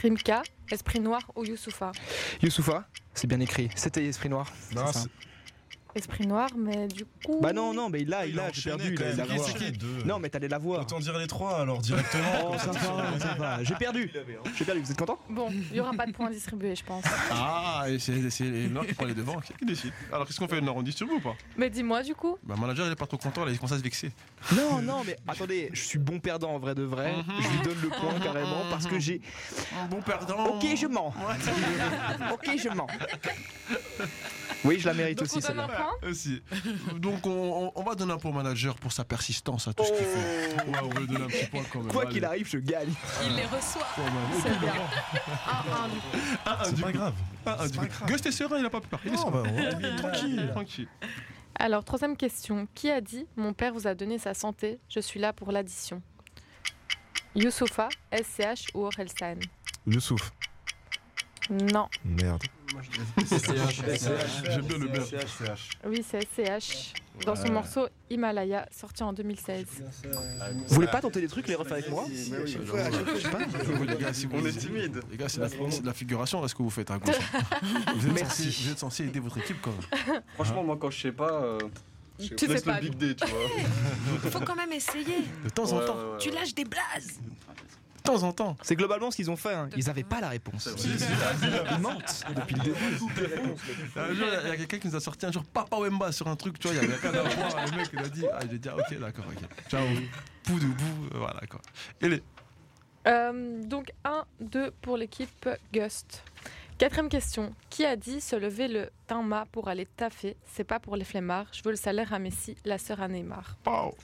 Rimka, Esprit Noir ou Youssoufa
Youssoufa. C'est bien écrit. C'était Esprit Noir.
Non,
C'est ça.
c'est-
Esprit Noir, mais du coup.
Bah non, non, mais il l'a, il
il a
l'a, j'ai
enchaîné
perdu.
quand
là, il
même.
l'a.
Qui c'est
Voir
qui
les deux.
Non, mais t'allais la voir.
Autant dire les trois alors directement.
Oh, ça va, ça va. hein. J'ai perdu. J'ai perdu. Vous êtes content
Bon, il n'y aura pas de points distribués, je pense.
Ah, et c'est c'est les Noirs qui prend les devants. Qui décide Alors, qu'est-ce qu'on fait Nord On dit sur vous ou pas
[LAUGHS] Mais dis-moi du coup.
Bah, manager, il est pas trop content, là, il commence à se vexer.
Non, non, mais attendez, je suis bon perdant en vrai de vrai. Je lui donne le point carrément parce que j'ai.
Bon perdant.
Ok, je mens. Ok, je [LAUGHS] mens. Oui, je la mérite
Donc on
aussi
donne un
celle-là.
point.
Aussi. Eh, Donc, on, on- on va donner un point au manager pour sa persistance à tout ce qu'il fait. Ouais, on veut donner un petit point quand même.
Quoi
Allez.
qu'il arrive, je gagne.
Il les reçoit.
Ouais, ouais.
Ah,
C'est
[LAUGHS]
bien. Un, un, du coup.
Ah, ah,
C'est
du
pas
coup.
grave.
Ah, ah, du coup. Ghost est serein, il a pas peur. Il est
Non,
serein.
bah, on va aller
Tranquille.
tranquille.
Tranquille.
Alors, troisième question. Qui a dit Mon père vous a donné sa santé, je suis là pour l'addition Youssoufa, SCH ou Orelsan
Youssouf.
Non.
Merde.
J'aime bien le beurre.
Oui, c'est SCH. Dans son morceau Himalaya, sorti en 2016.
Vous voulez pas tenter des trucs, les refaire avec moi
Les gars, si vous-
On est timide.
Les gars, c'est de la- c'est de la figuration là ce que vous faites à gauche. Vous êtes censé- vous êtes censé aider votre équipe quand même.
Franchement, moi, quand je sais pas, euh,
Tu
je
sais
laisse
pas.
le big day, tu vois.
Faut quand même essayer.
De temps en
Ouais,
temps.
ouais, ouais.
Tu lâches des blazes.
De temps en temps.
C'est globalement ce qu'ils ont fait. hein. Ils avaient pas la réponse. Ils mentent.
Un jour, il y a quelqu'un qui nous a sorti un jour Papa Wemba sur un truc, tu vois, il y avait un cadavre, le mec, il a dit, ah, j'ai dit, ah, ok, d'accord, ok. Ciao. Pou de bout, euh, voilà, quoi. Et les.
Euh, donc 1-2 pour l'équipe Gust. Quatrième question. Qui a dit se lever le teint mat pour aller taffer C'est pas pour les flemmards. Je veux le salaire à Messi, la sœur à Neymar.
Pao.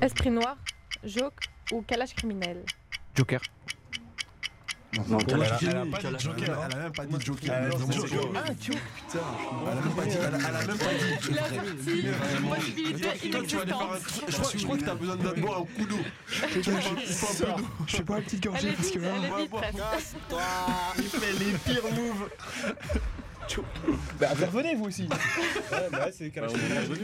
Esprit noir, joke ou calage criminel
Joker.
Non,
Elle
Kalash-
a- elle a
Kalash-
pas dit
Kalash-
Joker. hein.
a même pas
dit Joker, elle a vraiment dit Joker.
Ah, tu putain. Elle a même pas dit, elle a- elle a même pas dit.
Il a sorti une possibilité
Toi, toi, tu vas aller faire un-
inexistante.
Je crois- je crois que t'as besoin d'un boire un coup d'eau. Tu vas boire un peu d'eau.
Je fais pas une petite
Elle
gorgée
est vite, elle est
Ouais,
vite
ouais.
presque.
Il fait les pires moves.
Bah, vous revenez, vous aussi.
Ouais, bah, c'est Kalash.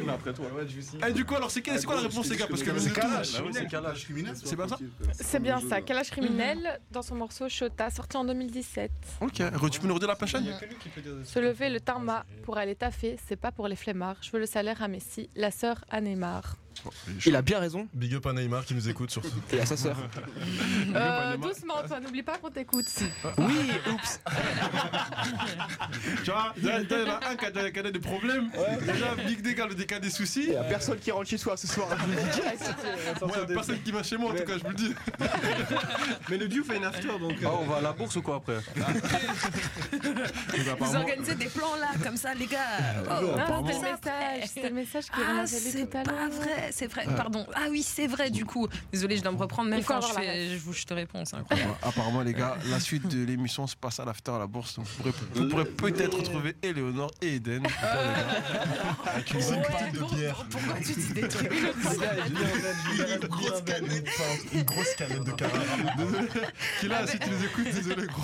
mais après toi. Et Eh, du coup, alors, c'est quelle- c'est quoi la réponse, les gars Parce que
C'est Kalash.
tout-
Bah oui, c'est Kalash.
C'est pas ça
C'est bien ça, Kalash criminel dans son morceau Shota sorti en 2017.
Ok, Re- tu peux nous redire la prochaine
Se lever le tarma pour aller taffer, c'est pas pour les flemmards. Je veux le salaire à Messi, la sœur à Neymar.
Il a bien raison.
Big up à Neymar qui nous écoute surtout.
Et à sa sœur.
Euh, doucement, Antoine, n'oublie pas qu'on t'écoute. Ah,
[LAUGHS] Oui, oups.
Tu vois, là, là, il y en a un qui a, qui a des problèmes. Déjà, Big D qui a le- qui a des soucis. Il
y a
personne qui rentre chez soi ce soir. Moi, il y a personne qui va chez moi, en tout cas, je vous le dis.
[LAUGHS] Mais le Dieu fait une after donc. euh.
Ah, on va à la bourse ou quoi
[LAUGHS]
après
Vous organisez des plans là, comme ça, les gars.
Oh,
non,
Non,
apparemment.
c'est le message, c'est le message que
Ah,
l'on avait lu
c'est
tout à
pas
l'heure.
vrai, c'est vrai.
Ouais.
Pardon. Ah oui, c'est vrai du coup.
Désolé, je dois me reprendre, même
Il faut
quand je,
avoir la
fais-
ref.
je, vous- je te réponds, c'est incroyable.
Apparemment, les gars, la suite de l'émission se passe à l'after à la bourse. Donc, vous pourrez, vous pourrez peut-être trouver Eleonore et Eden. Avec une bonne canette de bière.
Pourquoi tu dis des trucs
Une grosse canette, enfin, une grosse canette de Carrara.
Désolé. Qui là, si tu les écoutes, désolé, gros.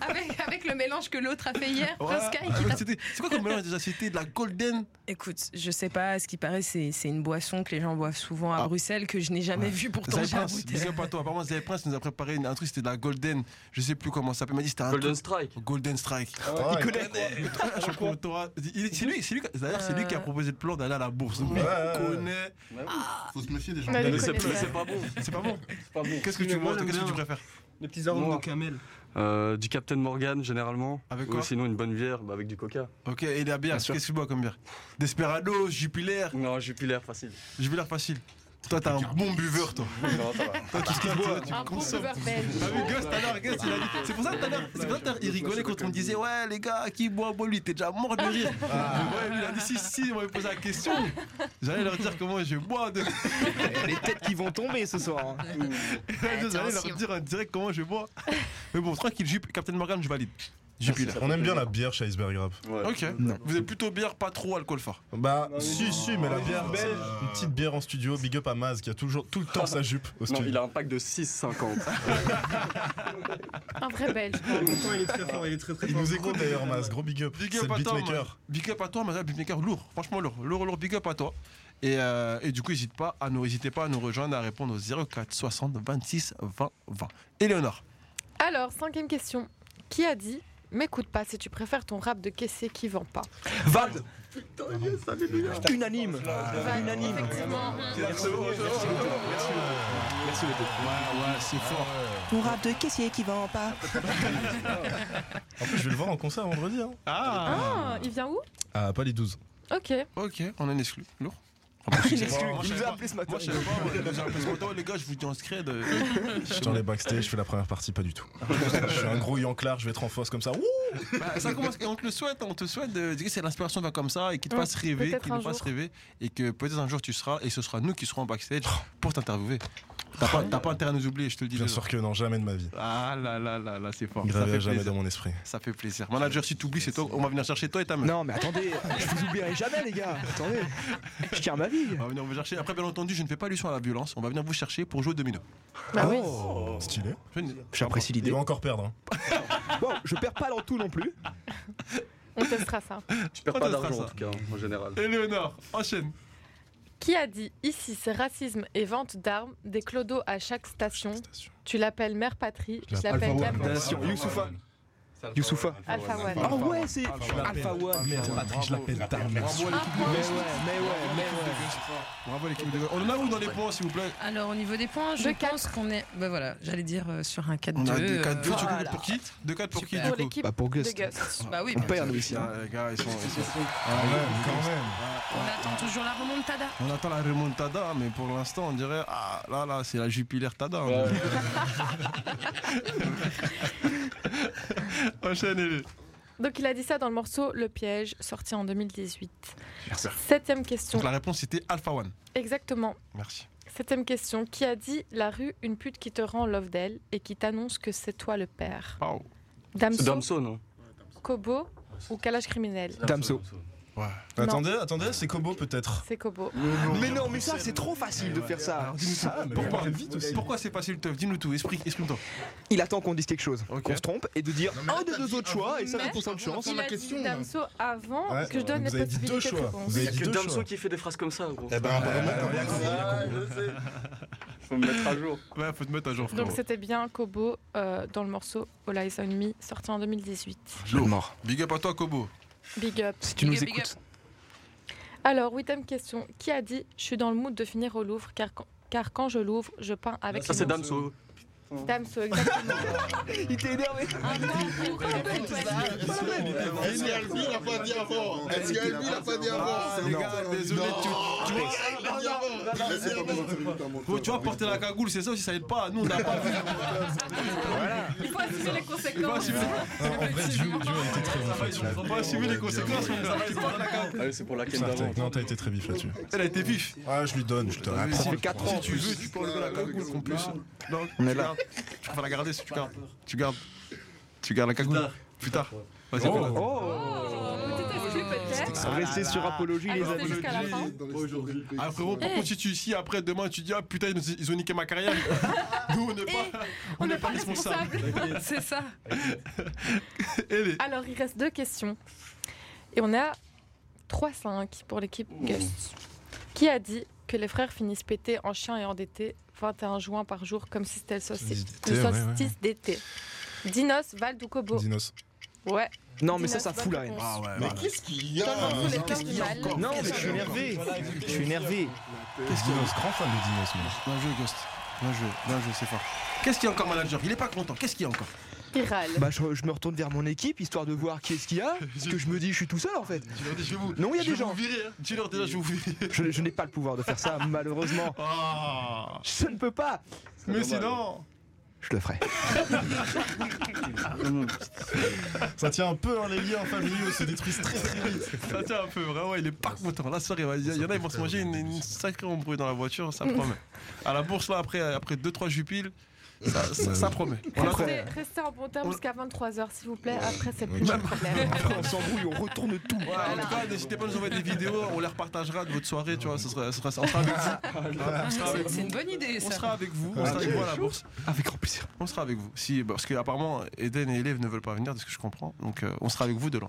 Ah, [LAUGHS]
avec, avec le mélange que l'autre a fait hier,
Ouais.
Sky
Ah, mais c'était- C'est quoi comme mélange déjà C'était de la golden
Écoute, je sais pas, à ce qui paraît, c'est c'est une boisson que les gens boivent souvent à Bruxelles, que je n'ai jamais vue pourtant
Zay
j'ai
Prince,
goûté.
big up à toi. Apparemment, Zay Prince nous a préparé une- un truc, c'était de la Golden. Je sais plus comment ça s'appelle. Il m'a dit c'était un
Golden
truc- Golden Strike.
Ah,
ouais, il
il
connaît,
connaît. [LAUGHS] Je Euh. crois que t'auras- il- C'est lui, c'est lui. D'ailleurs, c'est lui qui a proposé le plan d'aller à la bourse. Donc,
Ouais,
il
ouais, ouais.
connaît.
Faut se méfier des gens.
Ouais, il
Mais
connaît
plus-
pas.
bon.
C'est pas [LAUGHS] bon.
C'est pas bon.
Qu'est-ce que tu
Mais moi,
manges, toi,
j'aime
Qu'est-ce que tu
bien.
préfères
Les petits arômes
Moi.
de camel.
Euh, Du Captain Morgan généralement.
Avec
Ou
quoi
sinon une bonne bière, bah, avec du coca.
Ok, et la bière, qu'est-ce que tu bois comme bière Desperado, Jupiler.
Non, Jupiler facile.
Jupiler facile. Toi, t'as un bon buveur, toi.
Non, ça va.
Toi, tout ce qui se boit, tu
Un bon
consommes.
buveur belge.
T'as vu, Gus, tout à l'heure, Gus, il a dit. C'est pour ça, tout à l'heure, c'est pour ça, tout à l'heure, il rigolait quand on disait, ouais, les gars, qui boit, boit, lui, t'es déjà mort de rire. Ah. Ouais, lui, il a dit, si, si, on m'avait posé la question. J'allais leur dire comment je bois. De...
[LAUGHS] Les têtes qui vont tomber ce soir. hein.
J'allais leur
Attention.
dire en direct comment je bois. Mais bon, tranquille, Jup, Captain Morgan, je valide. Jupiler.
On aime bien la bière chez Iceberg Rap.
Ok. Vous êtes plutôt bière, pas trop alcool fort.
Bah, si, si, mais la bière belge, une petite bière en studio, big up à Maz qui a toujours tout le temps sa jupe au
Non,
studio.
il a un pack de 6,50.
Un vrai belge.
Pourtant, il est très fort, il est très très
Il
fort.
nous écoute d'ailleurs, Maz, gros big up. Ah,
Big
C'est
up
le
à toi,
beatmaker.
ma- Big up à toi, madame beatmaker, lourd, franchement lourd, lourd, lourd, big up à toi. Et, euh, et du coup, n'hésite pas à nous, n'hésitez pas à nous rejoindre, à répondre au 04 60 26 20 20. Éléonore,
Alors, cinquième question. Qui a dit M'écoute pas si tu préfères ton rap de caissier qui vend pas.
Vald Unanime Ah, Unanime
Bah, Effectivement.
merci beaucoup. Ouais, ouais, c'est fort.
Ah,
Mon rap de caissier qui vend pas.
En plus, je vais le voir en concert vendredi. Hein.
Ah,
Ah, il vient où
Ah, pas les 12.
Ok.
Ok, on en exclu, lourd. Ah
[LAUGHS]
Il est exclu,
Moi, je
il
sais
nous a
pas.
appelé ce matin.
bah, Moi, je sais pas, moi, je vous ai appelé ce matin, les gars, je vous dis en scred. euh,
Je suis dans les backstage, je fais la première partie, pas du tout. Je suis un gros yanclar, je vais être en fosse comme ça. Wouh
Bah, ça commence, et on te le souhaite, on te souhaite de, que c'est l'inspiration va comme ça et qu'il te
Ouais,
fasse rêver,
peut-être
qu'il nous
un
fasse
jour.
rêver et que peut-être un jour tu seras et ce sera nous qui serons en backstage pour t'interviewer.
Oh.
T'as pas, t'as pas intérêt à nous oublier, je te le dis.
Bien
déjà.
sûr que non, jamais de ma vie.
Ah là là là là, c'est fort. Ça
Gravé
fait
à jamais
plaisir.
dans mon esprit.
Ça fait plaisir. Manager, si t'oublies, c'est toi. On va venir chercher toi et ta meuf.
Non mais attendez, je vous oublierai jamais les gars, attendez, je tiens ma vie.
On va venir vous chercher. Après, bien entendu, je ne fais pas allusion à la violence. On va venir vous chercher pour jouer au domino. Ah
Bah oui.
Stylé.
Je ne-
J'apprécie
Oh. Il
l'idée.
va encore perdre. hein.
Ah.
Bon, je perds pas dans tout non plus.
On testera ça.
tu perds
Oh,
pas
ça sera
d'argent
ça.
en tout cas, en général.
Éléonore, enchaîne.
Qui a dit Ici, c'est racisme et vente d'armes, des clodos à chaque station. Tu l'appelles Mère Patrie, je l'appelle
Alpha
Mère
One.
Patrie.
Nation. Youssoufa.
Youssoufa.
Alpha One.
Ah ouais, c'est
Alpha
Alpha One.
Merde, Patrick, je l'appelle ta mère.
Bravo à l'équipe
Mais
de
ouais,
Gauche.
mais ouais, mais ouais.
Bravo à l'équipe de Gauche. On en a où dans les points, s'il vous plaît
Alors, au niveau des points, je
De quatre.
pense qu'on est. Bah voilà, j'allais dire euh, sur un 4-2.
On a
euh,
2 4 2
voilà.
pour qui 2 4 pour qui
Super.
du
Pour
coup
l'équipe
Bah pour
de
Gus.
Gust.
Bah oui,
On perd nous ici. hein.
Ah, les gars, ils sont- ils sont-
Ah ouais, quand même.
on attend toujours la remontada.
On attend la remontada, mais pour l'instant, on dirait Ah là là, c'est la Jupiler Tada. hein. [LAUGHS] Enchaîne, Élie.
Donc il a dit ça dans le morceau Le Piège, sorti en 2018. Septième question.
Donc la réponse c'était Alpha One.
Exactement.
Merci.
Septième question. Qui a dit La rue, une pute qui te rend love d'elle et qui t'annonce que c'est toi le père
Wow.
C'est
Damso,
Damso, non
Kobo ou Kalash criminel
Damso.
Attendez, attendez, c'est Kobo peut-être.
C'est Kobo.
Mais non, mais ça, c'est trop facile de faire ça. Ça, mais
Pourquoi,
on va vite aussi.
pourquoi c'est facile le teuf Dis-nous tout, explique- explique-toi.
Il attend qu'on dise quelque chose, qu'on se trompe, et de dire un des deux autres choix, et ça
Mais
répond de chance.
Il a dit Damso avant
hein. Ouais,
que je donne
vous
les
avez dit
possibilités
deux
de
choix.
réponse.
Vous avez
Il y a
dit
que
deux
Damso
choix.
qui fait des phrases comme ça, gros.
Eh ben, apparemment, Kobo.
Faut me mettre à jour.
Ouais, faut te mettre à jour,
Donc c'était bien Kobo euh, dans le morceau All Eyes on Me sorti en 2018.
Lourd. Big up à toi, Kobo.
Big up.
Si tu
Big
nous
up, big
écoutes.
up. Alors, huitième question. Qui a dit Je suis dans le mood de finir au Louvre car, quand- car quand je l'ouvre, je peins avec.
Ça,
les
c'est
mots.
Damso.
Damso, exactement.
Il t'est énervé.
LB l'a pas dit avant. Est-ce que LB l'a pas dit avant
les gars, désolé, tu, tu vois. Faut, tu vois, porter la cagoule, c'est ça aussi, ça aide pas. Nous, on n'a pas vu.
Il faut assumer les
Il faut
conséquences.
assumer les conséquences. Il faut assumer les conséquences, mon gars. Tu portes la cagoule.
Allez, c'est pour la
Ça,
quête d'avant.
t'as- Non, t'as été très vif là-dessus.
Elle a été vif.
Ah, je lui donne, je te
Ah, mais
réapprends.
si- Si tu veux, tu peux enlever la cagoule qu'on puisse. Non,
On
tu
est là.
gardes. Tu vas la garder si tu gardes. Tu gardes. Tu gardes la cagoule. Plus tard. Vas-y,
Oh.
garde-la.
Restez sur Apologie, les amis.
Ah frérot, par
Eh.
contre si tu ici après demain tu dis ah putain ils ont- ils ont niqué ma carrière, nous on n'est pas, on n'est pas responsable.
C'est ça.
Alors, il reste deux questions. Et on est à 3-5 pour l'équipe Gust. Qui a dit que les frères finissent pétés en chien et endettés 21 juin par jour comme si c'était le solstice
d'été,
le
ouais, ouais.
solstice d'été Dinos, Vald ou Kobo
Dinos.
Ouais.
Non, mais ça,
Dinos,
ça
bonne
fout la haine.
réponse.
Ah
Mais
qu'est-ce qu'il
y a
Ah,
Qu'est-ce qu'il y a encore
Non, mais je suis énervé. Je suis énervé.
Qu'est-ce qu'il y a ce grand fan de Dinos, moi
Bien joué Ghost, bien joué, bien joué c'est fort. Qu'est-ce qu'il y a encore manager Il est pas content, qu'est-ce qu'il y a encore
Il râle.
Bah, je, je me retourne vers mon équipe histoire de voir qui est-ce qu'il y [LAUGHS] a. Parce que je me dis, je suis tout seul en fait.
Je leur dis, je vais vous-
Non, il y a
je
des
vais
gens.
vous virer, hein. Dis-leur déjà, je vais vous virer.
Je, je n'ai pas le pouvoir de faire ça, malheureusement.
[LAUGHS] Ah.
Je ne peux pas.
Mais sinon,
Je le ferai.
Ah.
Ça tient un peu hein, les liens familiaux, se détruisent très très vite.
ça tient un peu, vraiment, il est pas content. La soirée, il y, en a, ils vont se manger une, une sacrée embrouille dans la voiture, ça promet. À la bourse, là, après 2-3 après deux, trois jupiles, ça, ça- ça promet. On attend.
Restez, restez en bon terme jusqu'à 23h, s'il vous plaît. Après, c'est plus de
Même-
problème.
Après, on s'embrouille, on retourne tout.
Ouais, en tout cas, n'hésitez pas à nous envoyer des vidéos, on les repartagera de votre soirée, tu vois, ça sera, ça sera, on sera avec [LAUGHS] vous. On sera avec
C'est c'est
vous.
une bonne idée,
Ah,
ça.
On sera avec vous, on sera avec vous à la bourse.
Avec grand plaisir.
On sera avec vous. Si, bah, parce que apparemment, Eden et Élève ne veulent pas venir, de ce que je comprends. Donc, euh, on sera avec vous de loin.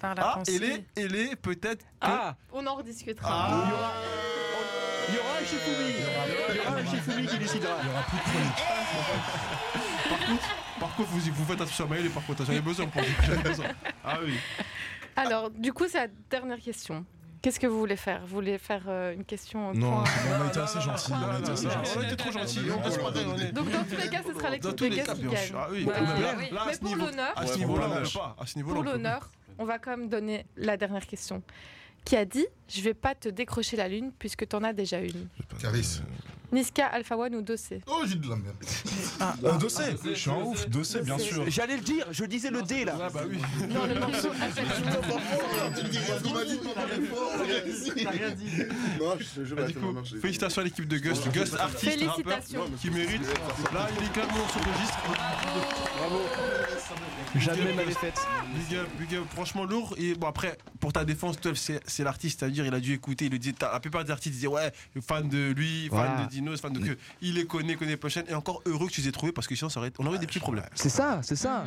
Par la
Ah,
pensée.
Élé, Élé, peut-être que.
Ah
On en rediscutera.
Ah.
Il y aura un Shifumi Il y aura un Shifumi qui décidera.
Par contre, par contre, vous, vous faites attention à Maël et par contre, j'en ai besoin [LAUGHS] pour vous. j'en ai besoin. Ah oui.
Alors, du coup, c'est la dernière question. Qu'est-ce que vous voulez faire Vous voulez faire euh, une question au
Non,
point
on a été assez gentil. On a été assez
Ah,
gentil.
on était trop gentils. On reste pas dingue, on est-
Donc, dans tous les cas, ce sera
Dans
l'équipe
tous
de
les
Gus
cas,
qui
bien
gagne. Euh,
sûr. Ah oui,
Bah,
mais là,
oui.
là, à
Mais
ce
pour
niveau-
l'honneur,
à ce
Ouais,
niveau-là,
pour
on peut
l'âge.
pas. À ce niveau-là,
pour
on peut pas.
l'honneur, on va quand même donner la dernière question. Qui a dit Je vais pas te décrocher la lune puisque t'en as déjà une
Caris.
Niska, Alpha One ou Dossé
Oh, j'ai de la merde.
Ah, Dossé Je suis un ouf, Dossé, bien sûr.
J'allais le dire, je disais le D là.
Ah bah oui.
Non, le [LAUGHS] morceau
Ah T'as rien dit. Non, je te jure,
Bah, du coup, félicitations à l'équipe de Gust. Gust, artiste, rappeur,
Félicitations.
qui mérite. Là, il est clairement sur le registre.
Jamais m'avait faite.
Big up, big up. Franchement, lourd. Et bon, après, pour ta défense, Teuf, c'est c'est l'artiste. C'est-à-dire, il a dû écouter. Il le dit, t'as- la plupart des artistes disaient, ouais, fan de lui, fan
Voilà.
de Dinos, fan de que. Il les connaît, connaît Pochen. Et encore heureux que tu les aies trouvés parce que sinon, ça aurait, on aurait eu des petits problèmes.
C'est ça, c'est ça.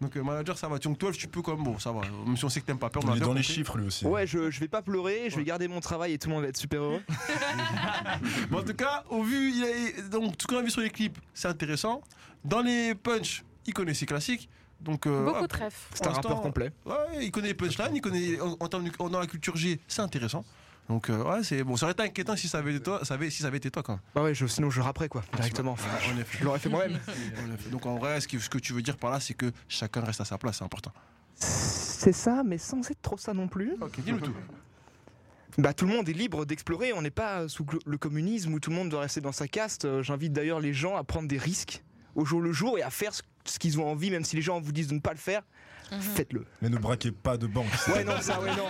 Donc, euh, manager, ça va. Donc, 12, tu peux quand même. Bon, ça va. Même si on sait que t'aimes pas peur, on
Il
a
est
bien
dans les
compris.
chiffres lui aussi.
Ouais, je, je vais pas pleurer, je vais garder mon travail et tout le monde va être super heureux.
Bon, en tout cas, au vu, il a- donc tout ce qu'on a vu sur les clips, c'est intéressant. Dans les punchs, il connaît ses classiques. Donc, euh,
Beaucoup
hop.
de trèfles.
C'est un
Pour l'instant,
rappeur complet.
Ouais, il connaît les punchlines, il connaît en, en termes de- en- dans la culture G, c'est intéressant. Donc euh, ouais, c'est bon, ça aurait été inquiétant si ça avait été toi, ça avait- si ça avait été toi quand même.
Bah ouais, je- sinon je rapperai quoi, directement.
En
Je
[LAUGHS] effet,
l'aurais fait moi-même.
en effet. Donc en vrai, ce, qui- ce que tu veux dire par là, c'est que chacun reste à sa place, c'est important.
C'est ça, mais sans être trop ça non plus.
Ok, dis-nous tout.
Bah tout le monde est libre d'explorer, on n'est pas sous glo- le communisme où tout le monde doit rester dans sa caste. Euh, J'invite d'ailleurs les gens à prendre des risques au jour le jour et à faire ce ce qu'ils ont envie, même si les gens vous disent de ne pas le faire, faites-le.
Mais ne braquez pas de banque.
Ouais, non, ça, ouais, non.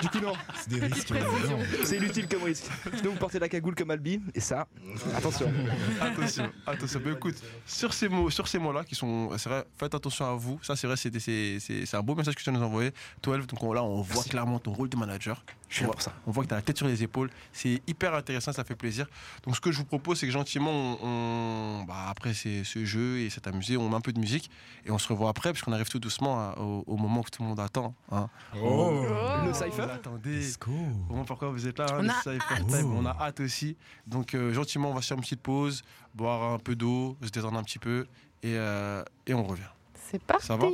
Du coup, non.
C'est des risques. énormes.
C'est inutile comme risque. Sinon, vous portez la cagoule comme Albi, et ça, attention.
[LAUGHS] attention, attention. Mais écoute, sur ces mots, sur ces mots-là qui sont, c'est vrai, faites attention à vous. Ça, c'est vrai, c'était- c'est c'est- c'est un beau message que tu nous as envoyé. 12, donc on- là, on voit clairement ton rôle de manager. on voit, On voit que t'as la tête sur les épaules. C'est hyper intéressant, ça fait plaisir. Donc, ce que je vous propose, c'est que gentiment, on, on- bah, après ces- ce jeu et cette amusée, on met un peu de musique et on se revoit après, puisqu'on arrive tout doucement à- au, au moment que tout le monde attend. hein.
Oh.
Le cypher
Attendez. Au moment pourquoi vous êtes là, hein,
On
le
a
Cypher
hâte.
Time, on a hâte aussi. Donc euh, gentiment, on va se faire une petite pause, boire un peu d'eau, se détendre un petit peu et, euh, et on revient.
C'est parti.
Ça va